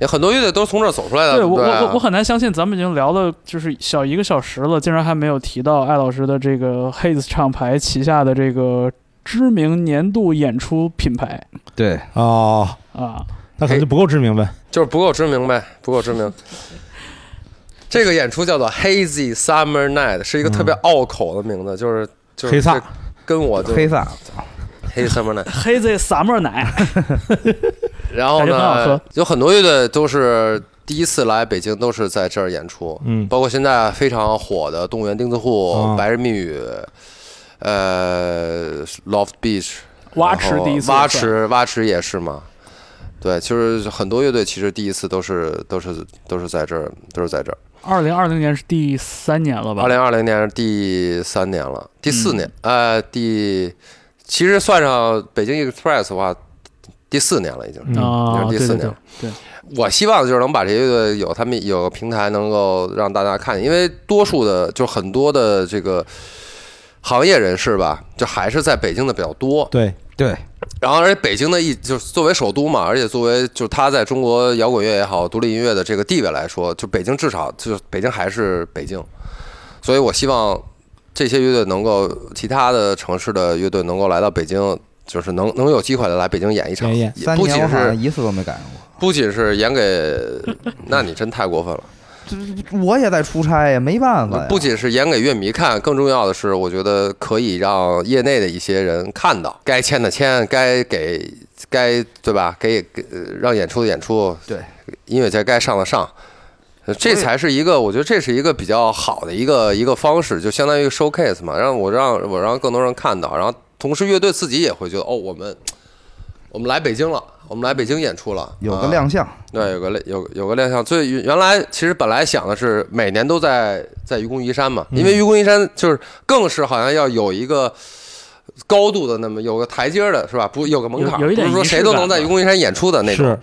也很多乐队都是从这儿走出来的，
对
对
我
不对啊
我我我很难相信咱们已经聊了就是小一个小时了，竟然还没有提到艾老师的这个 Haze 唱牌旗下的这个知名年度演出品牌
对，
哦，
啊，
那可能就不够知名呗。
就是不够知名呗，不够 知名。这个演出叫做 Hazy Summer Night，是一个特
嗯
别拗口的名字，就是就是
黑撒
这跟我就
黑撒
Hazy Summer Night。
黑子萨莫奶，
然后
感觉很好
呢
喝，
有很多乐队都是第一次来北京，都是在这儿演出，
嗯
包括现在非常火的动物园钉子户、
啊
白日密语、呃 Loft Beach、
挖池第一次也算
蛙池蛙池也是嘛。对，就是很多乐队其实第一次都是都是都是在这儿，都是在这儿。
二零二零年是第三年了吧？
二零二零年是第三年了，第四年，
嗯
呃，第其实算上北京 Express 的话，第四年了已经。
嗯
啊，
就是第
对对
四年
对对，
我希望就是能把这些乐队有他们有个平台能够让大家看见，因为多数的就很多的这个行业人士吧，就还是在北京的比较多。
对，
对，
然后而且北京的一就是作为首都嘛，而且作为就是它在中国摇滚乐也好，独立音乐的这个地位来说，就北京至少就是北京还是北京，所以我希望这些乐队能够，其他的城市的乐队能够来到北京，就是能能有机会来北京演一场，
演演
也
三
不
年
仅
我好像
是
一次都没赶上过。
不仅是 演给，那你真太过分了。
我也在出差呀，没办法呀。
不仅是演给乐迷看，更重要的是，我觉得可以让业内的一些人看到，该签的签，该给该对吧？给给呃让演出的演出，
对
音乐节该上的上，呃这才是一个我觉得这是一个比较好的一个一个方式，就相当于一个 showcase 嘛，让我让我让更多人看到，然后同时乐队自己也会觉得哦，我们我们来北京了，我们来北京演出了，
有个
啊
亮相，
对，有个类有有个亮相。最原来其实本来想的是每年都在在愚公移山嘛，
嗯
因为愚公移山就是更是好像要有一个高度的那么有个台阶儿的是吧？不有个门
有
槛儿，
有一
不
点
是说
仪
谁
式
都
感
能在
吧
愚公移山演出的那种。
是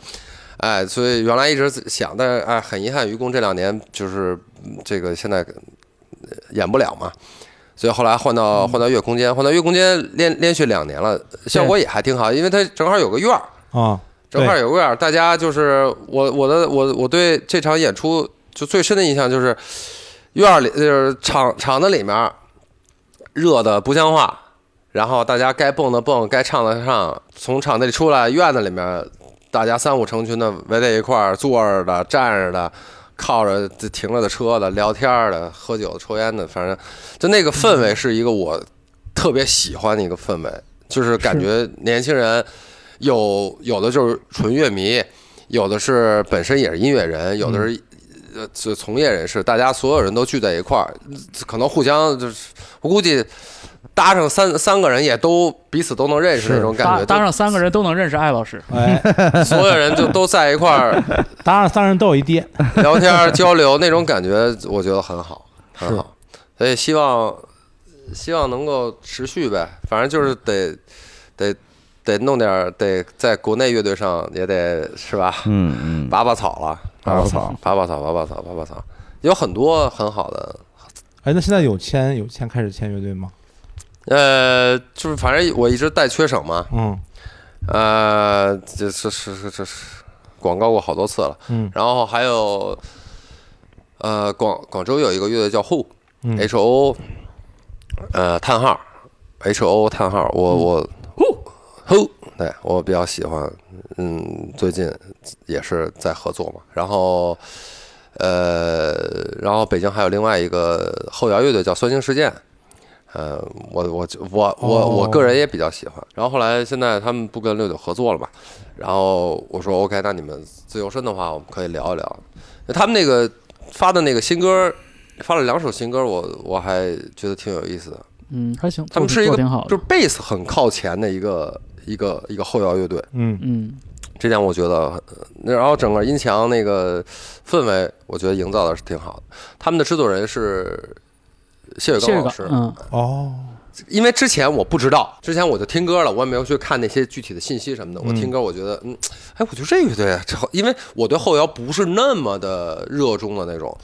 哎，所以原来一直想，但是哎，很遗憾，愚公这两年就是嗯这个现在呃演不了嘛，所以后来换
嗯
到换到月空间，换到月空间连连续两年了，效果也还挺好，因为它正好有个院儿。
啊，
正好有个点儿，大家就是我我的我我对这场演出就最深的印象就是院儿里就是场场子里面儿热的不像话，然后大家该蹦的蹦，该唱的唱，从场子里出来，院子里面儿大家三五成群的围在一块儿，坐着的、站着的。靠着这停了的车的、聊天儿的、喝酒的、抽烟的，反正就那个氛围是一个我特别喜欢的一个氛围，就是感觉年轻人有有的就是纯乐迷，有的是本身也是音乐人，有的是呃是从业人士，大家所有人都聚在一块儿，可能互相就是我估计搭上三三个人也都彼此都能认识
是
那种感
搭
觉，
搭上三个人都能认识艾老师，
哎，
就所有人就都在一块儿
当然，三人都有一爹，
聊天儿交流那种感觉，我觉得很好，很好，所以希望希望能够持续呗，反正就是得得得弄点儿，得在国内乐队上也得是吧，
嗯嗯，
拔拔草了，
拔拔草，
拔拔草，拔拔草，拔拔草，有很多很好的，
哎，那现在有签有签开始签乐队吗？
呃，就是反正我一直带缺省嘛，
嗯
呃，这是是是这是广告过好多次了，
嗯
然后还有，呃，广广州有一个乐队叫 Who
嗯
H O，呃，叹号 H O 叹号，我我 Who 对我比较喜欢，嗯，最近也是在合作嘛，然后。呃，然后北京还有另外一个后摇乐队叫酸性事件，呃，我我我我我个人也比较喜欢。然后后来现在他们不跟六九合作了嘛，然后我说 OK，那你们自由身的话，我们可以聊一聊。他们那个发的那个新歌，发了两首新歌，我我还觉得挺有意思的。
嗯，还行，
他们
做
是一
做
个
挺好
就
的
是，贝斯很靠前的一个一个一个后摇乐队，
嗯，
嗯，
这点我觉得很，那然后整个音墙那个氛围，我觉得营造的是挺好的。他们的制作人是谢雪
谢
刚
谢
老
哥
师，，
嗯
哦，
因为之前我不知道，之前我就听歌了，我也没有去看那些具体的信息什么的。我
嗯
听歌，我觉得，嗯，哎，我觉得这乐队啊，这好， 因为我对后摇不是那么的热衷的那种，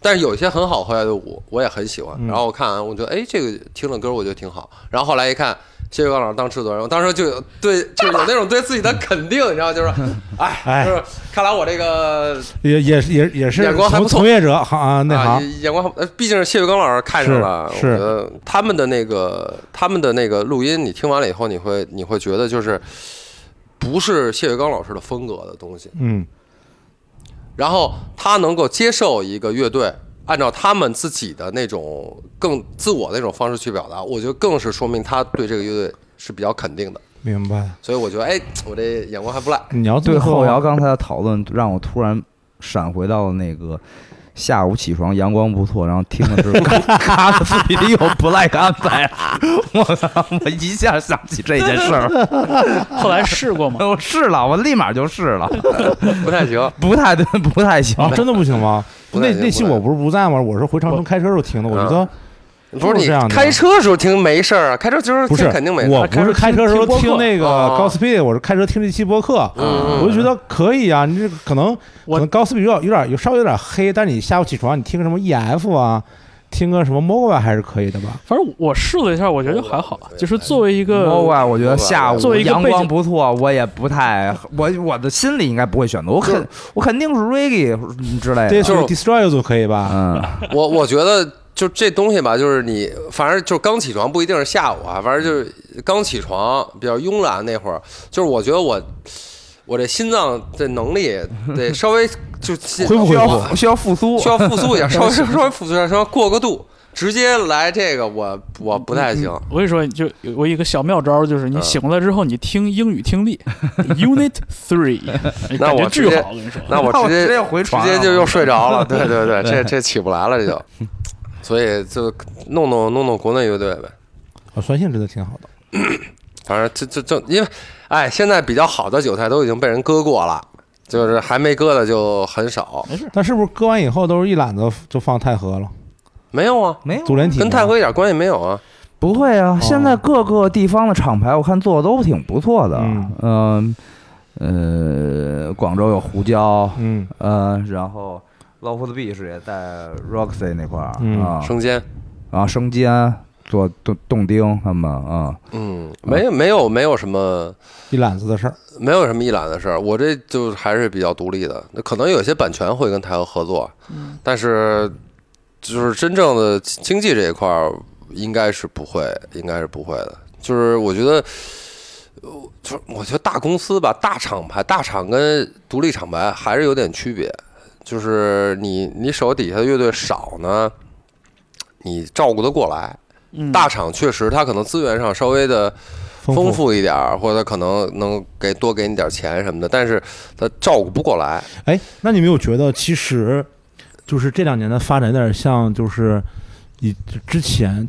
但是有一些很好的后摇的舞，我也很喜欢。
嗯
然后我看，我觉得，哎，这个听了歌我觉得挺好。然后后来一看，谢岳刚老师当制作人，我当时就有对，就是有那种对自己的肯定，你知道，就是，哎，
哎
就是看来我这个
也也是也也是
眼光还不
从
错
从业者行啊内
啊
行，
眼眼光好，呃，毕竟是谢岳刚老师看上了，
是
我
是
觉得他们的那个他们的那个录音，你听完了以后，你会你会觉得就是不是谢岳刚老师的风格的东西，
嗯
然后他能够接受一个乐队按照他们自己的那种更自我那种方式去表达，我觉得更是说明他对这个乐队是比较肯定的。
明白。
所以我觉得，哎，我这眼光还不赖。
你要
对后摇
摇
刚才的讨论，让我突然闪回到那个下午起床，阳光不错，然后听的是嘎嘎的自己有不赖的安排。 我操！我一下想起这件事儿，
后来试 过吗？
我试了，我立马就试了，
不太行，
不太对， 不太行。
啊，真的不行吗？
不
那
太行
那期
不太
我
行啊
不是不在吗？我是回长春开车时候听的，我觉得
不是
就是
你
这样的
开车的时候听没事儿啊，开车就是
不
听
是，
肯定没事
我
儿。
不是开车时候
听
听那个
播客啊
g o s p e 我是开车听这期播客，
嗯
我就觉得可以啊。你这可能
我
可能 g o s p e 有点有点有稍微有点黑，但你下午起床你听个什么 EF 啊，听个什么 MOBA 还是可以的吧？
反正我试了一下，我觉得还好，就是作为一
哦
个，
哇，我觉得下午
作为一个
阳
背景
光不错，我也不太，我我的心里应该不会选择，我肯我肯定是 reggae 之类
这
的。
属于
哎就是
Destroy 组可以吧？
嗯，
我我觉得就这东西吧，就是你反正就是刚起床不一定是下午啊，反正就是刚起床比较慵懒那会儿，就是我觉得我我这心脏这能 力得稍微就恢
需
恢复恢复
要需要复苏，
需要复苏一下，稍微稍微复苏一下，稍微过个渡，直接来这个我我不太行。
嗯
嗯
嗯
我跟你说，就有我有一个小妙招，就是你醒过来之后，你听英语听 力 Unit Three，
那
感
我
觉
直
巨
接
好，我跟你说。
那 我
那我
直接
直接回床
直接
上
就
了
又睡着 了。对对对，这这起不来了，这就，所以就弄弄弄弄国内乐队呗。
啊，酸性真的挺好的，
反正这这这，因为哎，现在比较好的韭菜都已经被人割过了，就是还没割的就很少。
但是不是割完以后都是一揽子就放太和了，
嗯没有啊，
没有
组连体吗
跟太和一点关系没有啊。
不会啊，现在各个地方的厂牌，我看做的都挺不错的。嗯，呃，广州有胡椒，
嗯，
呃，然后 Loft Beach 也在 Roxy 那块儿
嗯
啊，
生煎，
啊，生煎做冻冻丁他们啊，
嗯，没没有没有什么
一揽子的事儿。
没有什么一揽子事儿，我这就是还是比较独立的。那可能有些版权会跟太和合作，但是就是真正的经济这一块儿，应该是不会，应该是不会的。就是我觉得，呃就是我觉得大公司吧，大厂牌、大厂跟独立厂牌还是有点区别。就是你你手底下的乐队少呢，你照顾得过来。
嗯
大厂确实，它可能资源上稍微的。丰
富，
富一点儿，或者可能能给多给你点儿钱什么的，但是他照顾不过来。
哎，那你没有觉得其实就是这两年的发展有点像就是以之前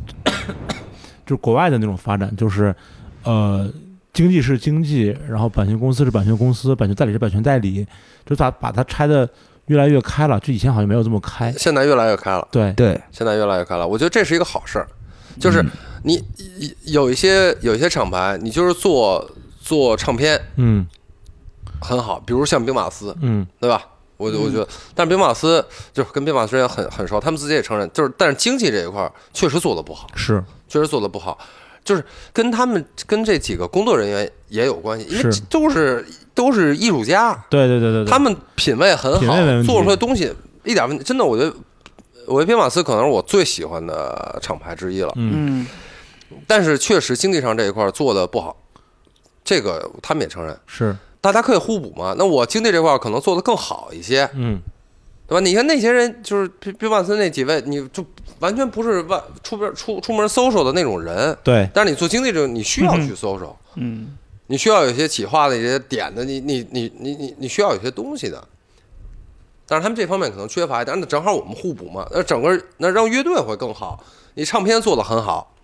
就是国外的那种发展，就是呃经济是经济，然后版权公司是版权公司，版权代理是版权代理，就把把它拆的越来越开了，就以前好像没有这么开。
现在越来越开了，
对，
对，
现在越来越开了，我觉得这是一个好事儿。
嗯
就是你有一些有一些厂牌，你就是做做唱片
嗯
很好，比如像兵马司，
嗯，
对吧？我我觉得，但是兵马司就是跟兵马司之间很很熟，他们自己也承认，就是但是经济这一块儿确实做的不好。
是
确实做的不好，就是跟他们跟这几个工作人员也有关系，因为
是
都是都是艺术家，
对对对对对，
他们品味很
品
好
味没问，题
做出来东西一点问题，真的，我觉得。我觉得兵马司可能是我最喜欢的厂牌之一了，
嗯
嗯，
但是确实经济上这一块做的不好，这个他们也承认。
是
大家可以互补嘛，那我经济这块可能做的更好一些，
嗯
对吧？你看那些人，就是兵兵马司那几位，你就完全不是外出边出出门 social 的那种人，
对
但是你做经济这种，你需要
嗯哼
去 social，
嗯，
你需要有一些企划的一些点的，你你你你你你需要有些东西的，但是他们这方面可能缺乏一点。那正好我们互补嘛，那整个那让乐队会更好。你唱片做得很好，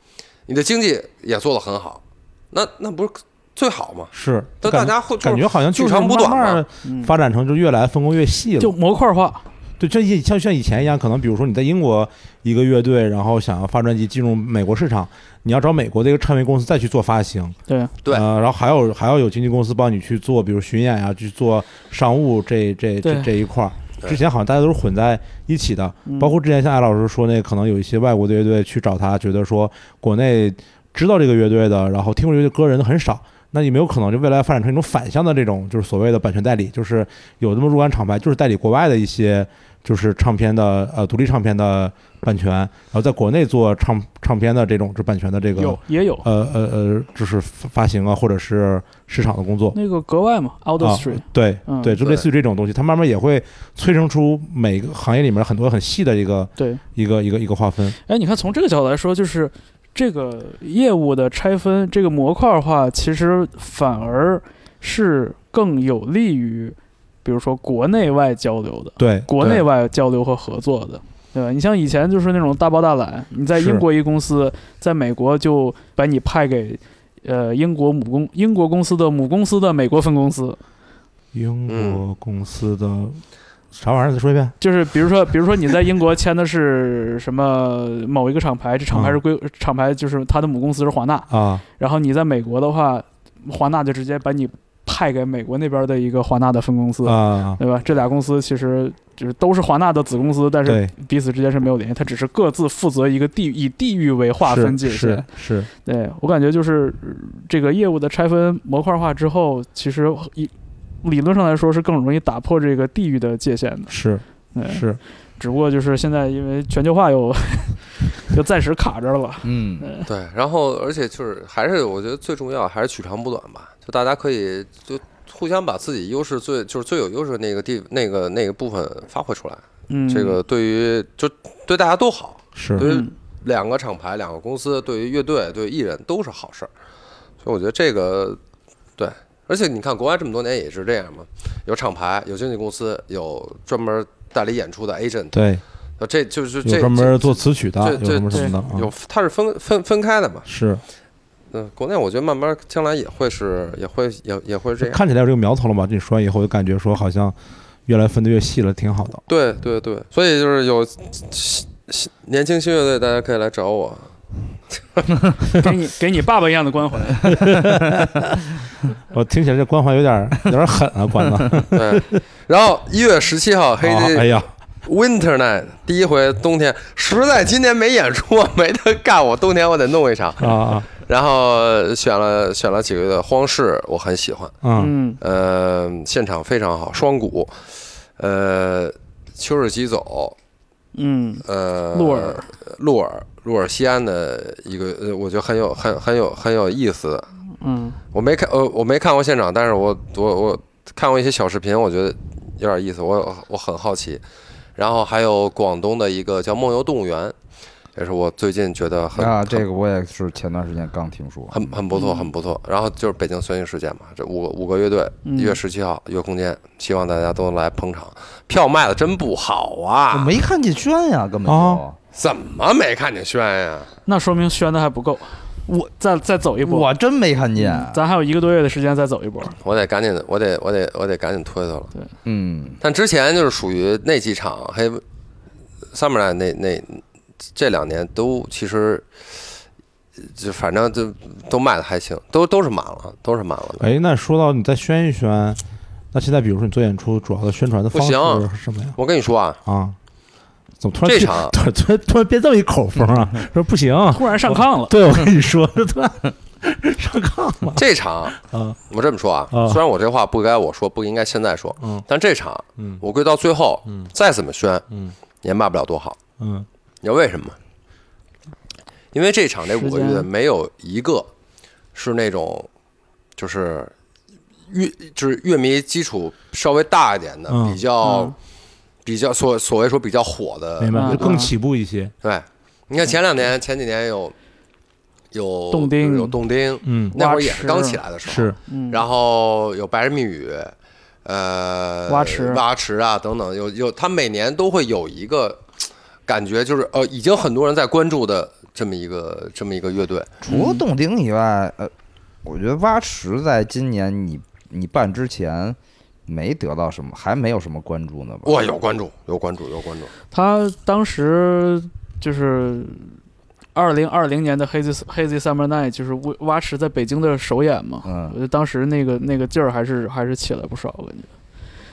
你的经济也做得很好，那那不是最好吗？
是，
但
感
大家会
感觉好像就
取
是
长补短
慢慢
嘛嗯
地发展成就越来分工越细了，
就模块化，
对，这也像像以前一样，可能比如说你在英国一个乐队，然后想要发专辑进入美国市场，你要找美国的一个唱片公司再去做发行，
对，
对
呃，然后还有还要有经纪公司帮你去做，比如巡演啊，去做商务这这这
对
这一块儿。
对
之前好像大家都是混在一起
嗯
的，包括之前像艾老师说那，可能有一些外国的乐队去找他，觉得说国内知道这个乐队的，然后听过这个乐队歌的人很少。那有没有可能就未来发展成一种反向的这种，就是所谓的版权代理，就是有这么若干厂牌，就是代理国外的一些就是唱片的呃独立唱片的版权，然后在国内做唱唱片的这种这版权的这个
嗯有也有
呃呃呃，就是发发行啊，或者是市场的工作。
那个格外嘛，Out of Street，、
啊、对
嗯
对，就类似于这种东西，它慢慢也会催生出每个行业里面很多很细的一个
对。
一个一个一个划分。
哎，你看从这个角度来说，就是这个业务的拆分，这个模块化，其实反而是更有利于，比如说国内外交流的，
对，
国内
对
外交流和合作的。对吧？你像以前就是那种大包大揽，你在
是
英国一公司，在美国就把你派给，呃，英国母公英国公司的母公司的美国分公司，
英国
嗯
公司的、啥玩意儿？再说一遍。
就是比如说，比如说你在英国签的是什么某一个厂牌，这厂牌是归、
嗯
厂牌就是它的母公司是华纳，
啊，
然后你在美国的话，华纳就直接把你派给美国那边的一个华纳的分公司，
啊，
对吧？这俩公司其实就是都是华纳的子公司，但是
对，
彼此之间是没有联系，它只是各自负责一个地以地域为划分界
是
限
是。是，
对我感觉就是呃这个业务的拆分模块化之后，其实一理论上来说是更容易打破这个地域的界限的。
是
对，
是，
只不过就是现在因为全球化又 又暂时卡这儿了。
嗯，
对，然后而且就是还是我觉得最重要还是取长补短吧，就大家可以就互相把自己优势最就是最有优势的那个地那个那个部分发挥出来，
嗯，
这个对于就对大家都好，
是，
对于
嗯
两个厂牌、两个公司，对于乐队、对于艺人都是好事儿，所以我觉得这个对，而且你看国外这么多年也是这样嘛，有厂牌、有经纪公司、有专门代理演出的 agent，
对，
呃这就是
有
这
专门做词曲的，
这
有
这
什么什么的
有
啊，
它是分分分开的嘛，
是，
嗯，国内我觉得慢慢将来也会是，也会也也会这样。
看起来有这个苗头了吧？这你说完以后，就感觉说好像越来分得越细了，挺好的。
对对对，所以就是有新新年轻新乐队，大家可以来找我。
给你给你爸爸一样的关怀。
我听起来这关怀有点儿有点儿狠啊，管的。
对， 然后一月十七 号黑
啊哎
的
呀，
Winter Night，第一回冬天，实在今年没演出， 没得干，我冬天我得弄一场。
啊啊，
然后选了选了几个月的荒室，我很喜欢。
嗯
嗯
呃，现场非常好，双鼓，呃，秋日疾走，
嗯，
呃，
鹿耳
鹿耳鹿耳西安的一个，呃，我觉得很有很很有很有意思的。
嗯
我没看呃我没看过现场，但是我我我看过一些小视频，我觉得有点意思，我我很好奇。然后还有广东的一个叫梦游动物园，也是我最近觉得很
啊，这个我嗯也是前段时间刚听说，
很很不错，很不错。然后就是北京随行事件嘛，这五个五个乐队，
嗯
一月十七号，月空间，希望大家都来捧场。票卖的真不好啊，
没看见宣呀，根本
啊
就。
怎么没看见宣呀？
那说明宣的还不够。我再再走一波，
我真没看见，
咱还有一个多月的时间再走一波。
我得赶紧，我得我得我得赶紧推推了。
嗯，
但之前就是属于那几场黑 summer night 那那这两年都其实就反正就都卖的还行，都都是满了，都是满了的。
哎，那说到你再宣一宣，那现在比如说你做演出，主要的宣传的方式是什么呀？
我跟你说啊，
啊，怎么突然
这场
突然突然突然变这么一口风啊？ 说不行，
突然上炕了，
对我跟你说，突 然上炕了
这场
啊，
我这么说啊
啊，
虽然我这话不该我说，不应该现在说，
嗯
但这场
嗯
我估计到最后
嗯
再怎么宣
嗯
也卖不了多好。
嗯
你知道为什么吗？因为这场这五
时
个乐队
间
没有一个是那种就是乐就是乐迷基础稍微大一点的，
嗯
比较、
嗯
比较所所谓说比较火的
明，白，
嗯
就更起步一些。
对。你看前两年、前几年有有
冻丁
有冻丁，
嗯，
那会儿也
蛙
是
池
刚起来的时候，
是
嗯，
然后有白人密语，呃，
蛙池
蛙池啊等等，有有，他每年都会有一个感觉，就是呃，已经很多人在关注的这么一个这么一个乐队。
除了洞顶以外，呃，我觉得蛙池在今年你你办之前没得到什么，还没有什么关注呢吧？
哇，有关注，有关注，有关注。
他当时就是二零二零年的 Hazy Hazy Summer Night，就是蛙蛙池在北京的首演嘛。
嗯
我觉得当时那个那个劲儿还是还是起来不少，我感觉。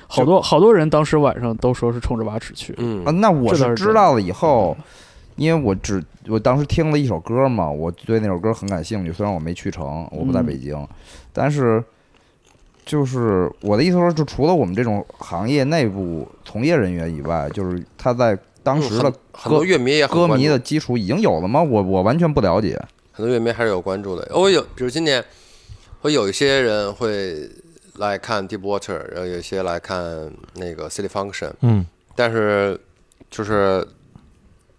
好多好多人当时晚上都说是冲着蛙池去，
嗯
啊，那我
这倒
是
是
知道了以后，因为我只我当时听了一首歌嘛，我对那首歌很感兴趣，虽然我没去成，我不在
嗯
北京，但是就是我的意思说，就除了我们这种行业内部从业人员以外，就是他在当时的
很很多乐迷也很
歌
关
迷
注
的基础已经有了吗？我我完全不了解。
很多乐迷还是有关注的。哦我有，比如今年会有一些人会来看 Deep Water，然后有一些来看那个 City Function，
嗯
但是就是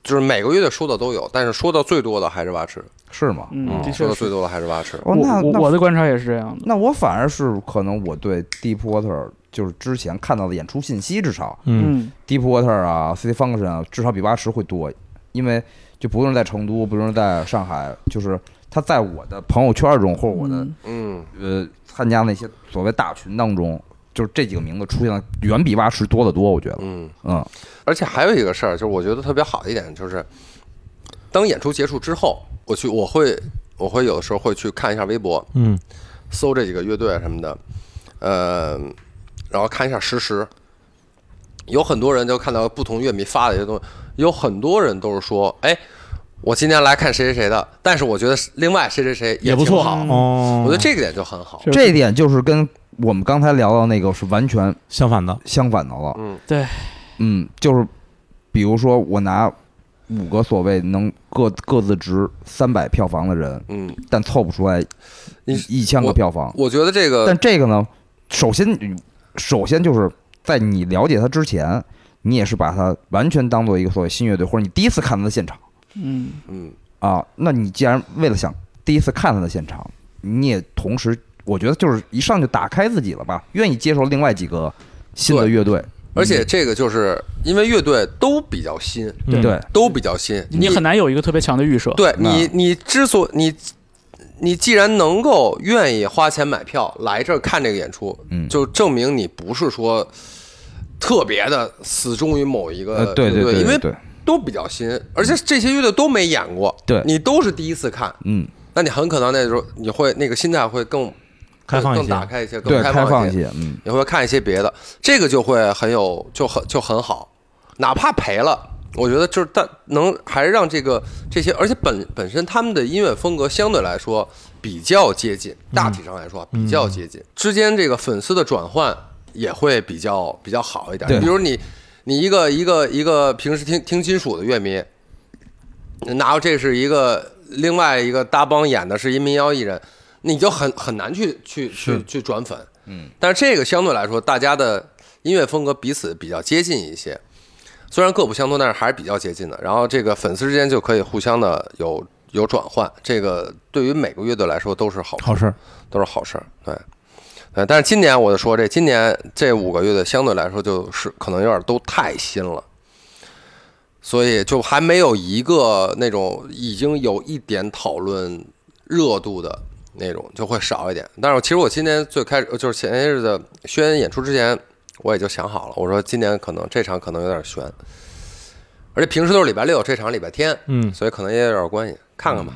就是每个乐队说的都有，但是说的最多的还是蛙池，
是吗？
嗯，的
哦说
确
的最
是。
多的还是蛙池。
哦，
我
那
我
那
我的观察也是这样的。
那我反而是可能我对 Deep Water 就是之前看到的演出信息，至少
嗯，
嗯
Deep Water 啊、City Function 啊，至少比八十会多，因为就不论是在成都，不论是在上海，就是他在我的朋友圈中或者我的、
嗯
嗯，
呃参加那些所谓大群当中，就是这几个名字出现的远比八十多得多，我觉得，
嗯，
嗯
而且还有一个事儿，就是我觉得特别好的一点就是，当演出结束之后，我去我会我会有的时候会去看一下微博，
嗯
搜这几个乐队啊什么的，呃，然后看一下实时，有很多人就看到不同乐迷发的一些东西，有很多人都是说，哎，我今天来看谁谁谁的，但是我觉得另外谁谁谁
也不
挺
错
好，
哦
嗯我觉得这个点就很好。
是
这一点就是跟我们刚才聊到那个是完全
相反的，
相反的了。
嗯，
对，
嗯，就是比如说我拿五个所谓能各各自值三百票房的人，
嗯，
但凑不出来
你
一一千个票房。
我觉呃得这个
但这个呢，首先首先就是在你了解他之前，你也是把他完全当做一个所谓新乐队，或者你第一次看他的现场
嗯，
嗯
啊。那你既然为了想第一次看他的现场，你也同时我觉得就是一上就打开自己了吧，愿意接受另外几个新的
对
乐队，
而且这个就是因为乐队都比较新，
嗯
对。
都比较新，
你很难有一个特别强的预设。
对
那
你，你之所你，你既然能够愿意花钱买票来这儿看这个演出，
嗯
就证明你不是说特别的死忠于某一个
呃，对
乐队
对对，
因
对
为都比较新，而且这些乐队都没演过，
对
你都是第一次看，
嗯，
那你很可能那时候你会那个心态会更
开放一
更
些
打开一些，更
对，开
放
一。些，嗯，
你会看一些别的，这个就会很有就很就很好，哪怕赔了，我觉得就是但能还是让这个这些，而且本本身他们的音乐风格相对来说比较接近，大体上来说啊比较接近，之间这个粉丝的转换也会比较比较好一
对
点。比如你你一个一个一个平时听听金属的乐迷，然后这是一个另外一个搭帮演的是一民谣艺人，你就很很难去去去去转粉。嗯，但是这个相对来说，大家的音乐风格彼此比较接近一些，虽然各不相通，但是还是比较接近的。然后这个粉丝之间就可以互相的有有转换，这个对于每个乐队来说都是好
好事儿，
都是好事儿。对，呃，但是今年我就说这，今年这五个乐队相对来说就是可能有点都太新了，所以就还没有一个那种已经有一点讨论热度的那种，就会少一点。但是我其实我今年最开始就是前些日子宣演出之前，我也就想好了，我说今年可能这场可能有点悬，而且平时都是礼拜六，这场礼拜天，
嗯，
所以可能也有点关系，看看吧。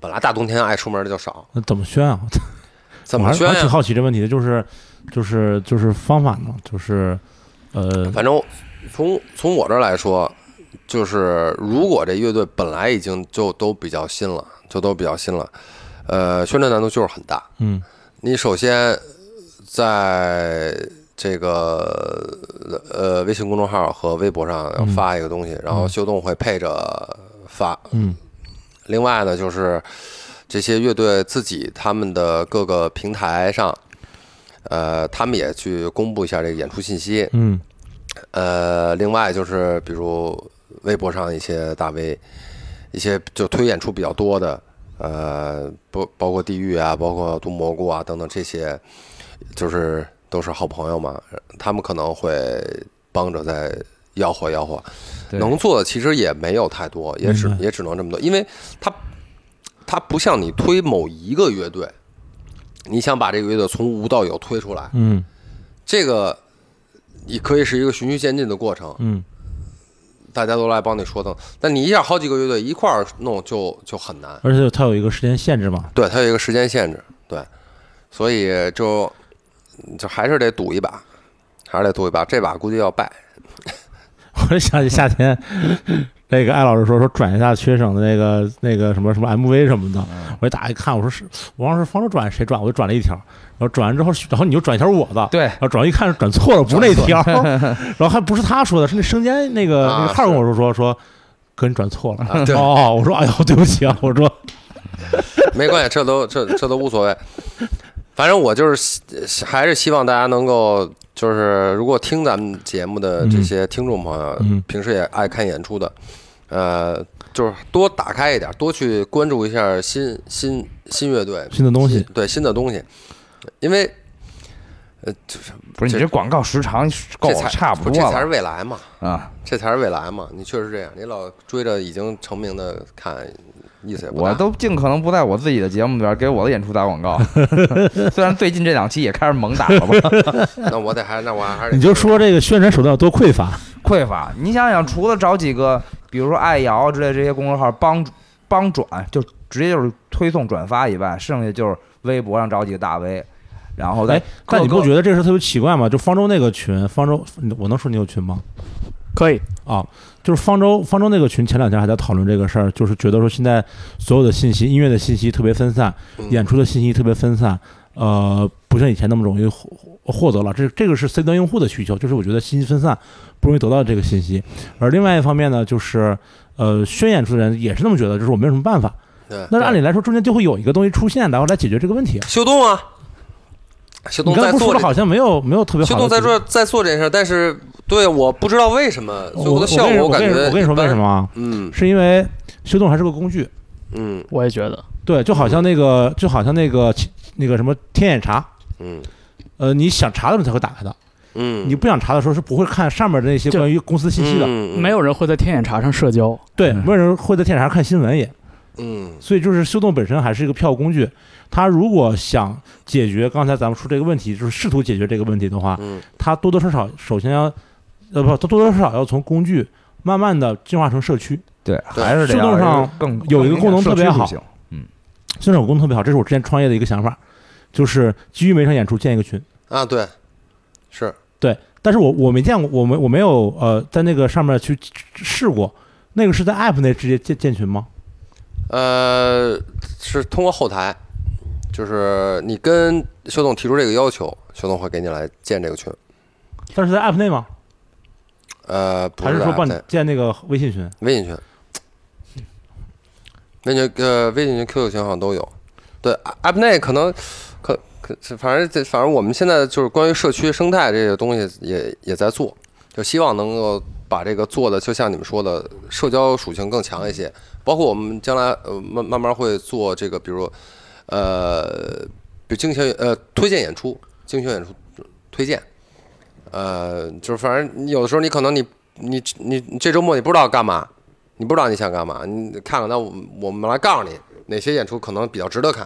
本来大冬天爱出门的就少，
那怎么宣啊？
怎
我
么
还
宣啊
我还挺
呀？
好奇这问题的，就是就是就是方法呢，就是呃，
反正从从我这儿来说，就是如果这乐队本来已经就都比较新了，就都比较新了，呃，宣传难度就是很大。
嗯
你首先在这个呃微信公众号和微博上要发一个东西，然后秀动会配着发。
嗯
另外呢，就是这些乐队自己他们的各个平台上，呃，他们也去公布一下这个演出信息。
嗯
呃，另外就是比如微博上一些大 V，一些就推演出比较多的，呃，包包括地狱啊，包括毒蘑菇啊等等这些，就是都是好朋友嘛，他们可能会帮着在吆喝吆喝，
对
能做的其实也没有太多，也只
明白
也只能这么多，因为他他不像你推某一个乐队，你想把这个乐队从无到有推出来，
嗯
这个你可以是一个循序渐进的过程，
嗯，
大家都来帮你说灯，但你一下好几个乐队一块儿弄就就很难。
而且它有一个时间限制嘛，
对，它有一个时间限制，对，所以就就还是得赌一把，还是得赌一把，这把估计要败。
我就想起夏天，这个艾老师说说转一下缺省的那个那个什么什么 MV 什么的，
嗯
我一打开看，我说是我当时方舟转谁转，我就转了一条，然后转完之后，然后你就转一条我的，
对
然后转完一看转错了，不是那 条，然后还不是他说的，是那生煎那个
啊
那个号跟我说说说。跟你转错了，
啊对
哦，我说哎呦，对不起啊，我说
没关系，这都这这都无所谓。反正我就是希还是希望大家能够，就是如果听咱们节目的这些听众朋友，
嗯
平时也爱看演出的，呃，就是多打开一点，多去关注一下新新新乐队、
新的东西
新，对新的东西，因为
不是你
这
这广告时长够
这
了
才
差不
这
多
才是
了
未来嘛，
啊！
这才是未来嘛。你确实这样，你老追着已经成名的看，意思也不大
我都尽可能不在我自己的节目里边给我的演出打广 告，虽然最近这两期也开始猛打了吧，
那我得还那我还是
你就说这个宣传手段有多匮乏，
匮乏。你想想，除了找几个，比如说爱瑶之类这些公众号帮帮转，就直接就是推送转发以外，剩下就是微博上找几个大 V，然后再
哎但你
各
不
个
觉得这个事特别奇怪吗？就方舟那个群，方舟，我能说你有群吗？
可以，
啊，就是方舟方舟那个群前两天还在讨论这个事儿，就是觉得说现在所有的信息，音乐的信息特别分散，
嗯
演出的信息特别分散，呃，不像以前那么容易获获得了。这这个是 C 端用户的需求，就是我觉得信息分散不容易得到这个信息。而另外一方面呢，就是呃，宣演出的人也是那么觉得，就是我没有什么办法。
对
那按理来说，中间就会有一个东西出现，然后来解决这个问题。
修动啊，修
你
动
刚才
在
不是
做
说
这
的好像没有没有特别好
修
的
动在
解决
做在做这件事，但是对我不知道为什么，最
我
后的效
跟你
果
我
感
跟你
觉
我跟你说
一般
为什么？啊？
嗯
是因为修动还是个工具，
嗯
我也觉得
对，就好像那个就好像那个那个什么天眼查，
嗯
呃，你想查的时候才会打开的，
嗯，
你不想查的时候是不会看上面的那些
就
关于公司信息的，
嗯
没有人会在天眼查上社交。
对，没有人会在天眼查看新闻也，
嗯
所以就是修动本身还是一个票工具，它如果想解决刚才咱们说这个问题，就是试图解决这个问题的话，
嗯
它多多少少首先要，呃，不，它多多少少要从工具慢慢的进化成社区，
对，
对
还是得
自动
要
上
更
有一个功能特别好
更明显社区属性
现在我工作特别好，这是我之前创业的一个想法，就是基于每场演出建一个群。
啊对，是
对，但是我我没见过，我没我没有呃在那个上面去试过，那个是在 app 内直接建建群吗？
呃是通过后台，就是你跟修动提出这个要求，修动会给你来建这个群，
但是在 app 内吗？
呃不
还是
在
说帮你
在
建那个微信群？
微信群，微信群呃微信群、QQ 群好像都有。对，App 啊内可能可可是反正这反正我们现在就是关于社区生态这些东西也也在做，就希望能够把这个做的就像你们说的社交属性更强一些，包括我们将来呃慢慢慢会做这个，比如呃比如精选呃推荐演出，精选演出推荐。呃，就是反正你有的时候你可能你你你你这周末你不知道干嘛，你不知道你想干嘛，你看看那我们我们来告诉你哪些演出可能比较值得看，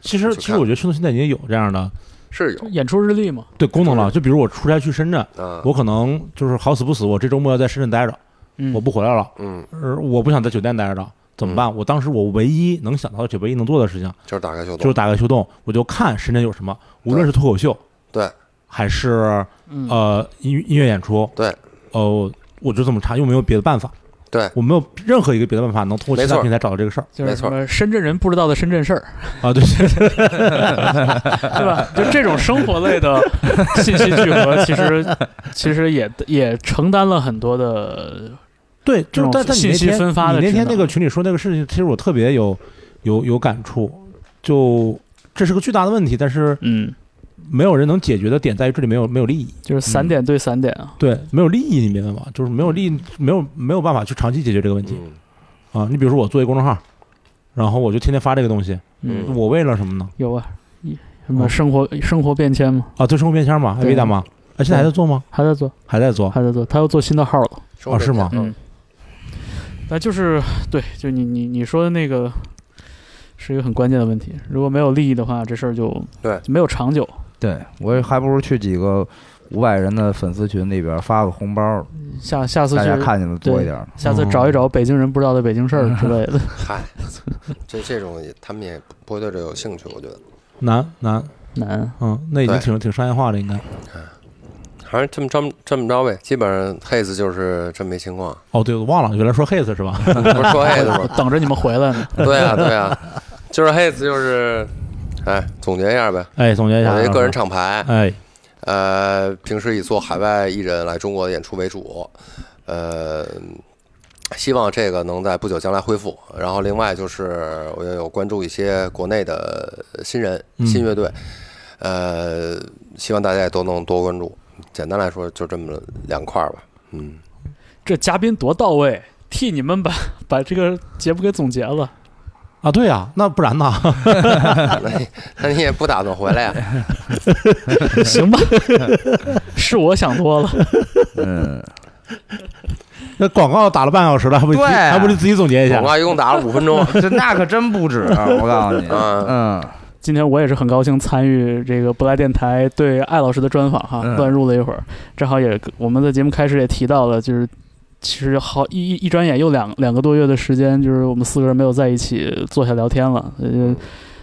其实
去看
其实我觉得迅速现在已经有这样的
是有
演出日历嘛，
对功能了，就比如我出差去深圳，
啊，
我可能就是好死不死，我这周末要在深圳待着，
嗯
我不回来了，
嗯，
呃，我不想在酒店待着。怎么办？我当时我唯一能想到的，唯一能做的事情
就是打开秀
就是
动，
打开秀动，我就看深圳有什么，无论是脱口秀
对
还是
嗯
呃音音乐演出，
对
哦，我就这么查，又没有别的办法，
对，
我没有任何一个别的办法能通过其
没
他
错
平台找到这个事儿
就是什
没
么深圳人不知道的深圳事儿，
啊。对，
对 吧？就这种生活类的信息聚合，其实其实也也承担了很多的，
对， 就是
这种
但但你
信
那
息
天
分发的
你那
职
天
能
那个群里说那个事情，其实我特别有有有感触，就这是个巨大的问题，但是
嗯，
没有人能解决的点在于这里没有没有利益，
就是散点对散点啊，
对，没有利益，你明白吗？就是没有利益，没有没有办法去长期解决这个问题
嗯
啊。你比如说我做一公众号，然后我就天天发这个东西，
嗯哦
我为了什么呢？
有啊，一什么生活生活变迁嘛，
啊，对生活变迁嘛，艾
对
维达嘛，哎，现在还在做吗？
还在做，
还在做，
还在做，他又做新的号了。
生活
啊是吗
哦嗯
嗯，那就是对，就你你你说的那个是一个很关键的问题。如果没有利益的话，这事儿就
对
就没有长久。
对我还不如去几个五百人的粉丝群里边发个红包，
下下次
大家
去，
看见的多一点儿。
下次找一找北京人不知道的北京事
嗯
儿之类 的。
嗨，这这种也他们也不会对这有兴趣，我觉得
难难，
难，
嗯，那已经
对
挺挺商业化了，应该。
反正这么这么这么着呗，基本上 Haze 就是这么一情 况。
哦，对，我忘了，原来说 Haze 是吧？
不是说 Haze
我
吗？
等着你们回来呢。
对啊，对啊，就是 Haze 就是，哎，总结一下呗，
哎，总结一
我
下，
的个人厂牌，
哎，
呃，平时以做海外艺人来中国的演出为主，呃，希望这个能在不久将来恢复。然后另外就是我也有关注一些国内的新人、
嗯
新乐队，呃，希望大家也都能多关注。简单来说，就这么两块儿吧。 嗯，
这嘉宾多到位，替你们把把这个节目给总结了。
啊，对呀，那不然呢？
那你那你也不打算回 来呀、啊
行吧，是我想多了。
嗯，
那广告打了半小时了，还不
对
还不得自己总结
哎
一下
广？告一共打了五 分钟
这那可真不止， 我告诉你，
啊。
嗯，
今天我也是很高兴参与这个不来电台对艾老师的专访哈，
嗯
乱入了一会儿，正好也我们在节目开始也提到了，就是其实好一一一转眼又两两个多月的时间，就是我们四个人没有在一起坐下聊天了，呃，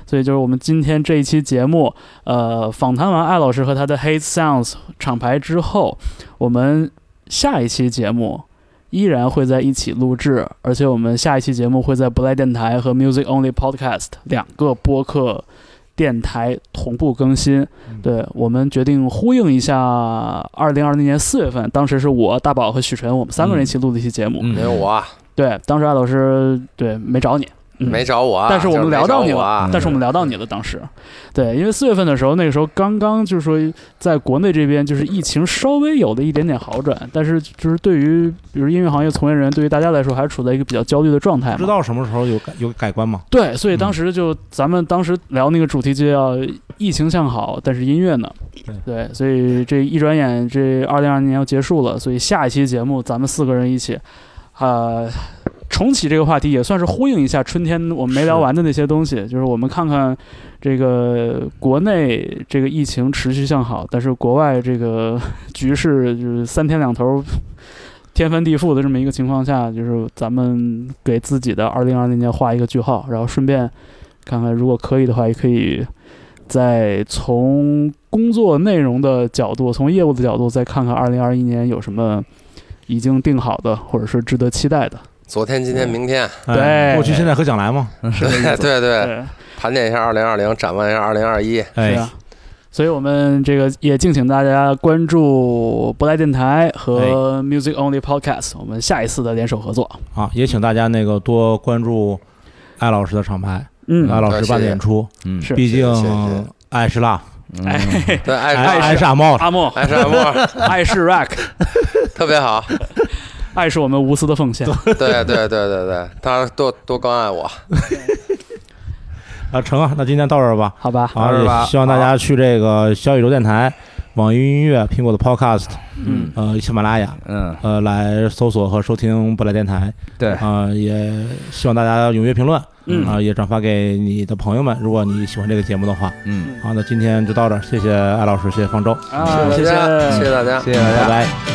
所以就是我们今天这一期节目，呃，访谈完艾老师和他的 Hate Sounds 厂牌之后，我们下一期节目。依然会在一起录制，而且我们下一期节目会在不赖电台和 Music Only Podcast 两个播客电台同步更新。
嗯
对我们决定呼应一下二零二零年四月份，当时是我、大宝和许晨，我们三个人一起录的一期节目。
嗯
没有我啊，
对，当时艾老师对没找你，嗯、
没找我啊，
但是我们聊到你
就是没找我
了
啊，
但是我们聊到你了，当时，对，因为四月份的时候，那个时候刚刚就是说，在国内这边就是疫情稍微有了一点点好转，但是就是对于比如音乐行业从业人员，对于大家来说还是处在一个比较焦虑的状态
不知
嘛。
道什么时候有改有改观吗？
对，所以当
嗯
时就咱们当时聊那个主题就叫疫情向好，但是音乐呢？对，所以这一转眼这二零二零年要结束了，所以下一期节目咱们四个人一起，呃，重启这个话题，也算是呼应一下春天我们没聊
是
完的那些东西，就是我们看看这个国内这个疫情持续向好，但是国外这个局势就是三天两头。天翻地覆的这么一个情况下，就是咱们给自己的二零二零年画一个句号，然后顺便看看，如果可以的话，也可以再从工作内容的角度，从业务的角度，再看看二零二一年有什么已经定好的，或者是值得期待的。
昨天、今天、明天，
哎
对
过去、现在和将来嘛，
是这意思
对对，
对，
盘点一下二零二零，展望一下二零二一。
哎
是，啊。所以我们这个也敬请大家关注不赖电台
哎
和 Music Only Podcast，我们下一次的联手合作。
啊，也请大家那个多关注艾老师的厂牌，
嗯，
艾老师办
嗯谢
的
谢
演出，
嗯
是
毕嗯竟
谢谢谢谢
艾是辣，
哎，嘿嘿
对，爱
艾
爱
艾是阿猫，
阿莫，
爱是按摩，
爱是 Rack，
特别好。
爱是我们无私的奉献。
对对对对对，他多多关爱我。
啊，成啊，那今天到这儿吧。
好吧，啊
好，
到这儿吧
也希望大
啊
家去这个小宇宙电台、网易云音乐、苹果的 Podcast、
嗯，
呃喜马拉雅，
嗯，
呃来搜索和收听不来电台。
对，
啊、也希望大家踊跃评论，
嗯
啊、也转发给你的朋友们。如果你喜欢这个节目的话，
嗯，
好，那今天就到这儿，谢谢艾老师，谢谢方舟，
啊，谢
谢大家
谢
谢谢大家。
谢谢大家
拜。拜。
拜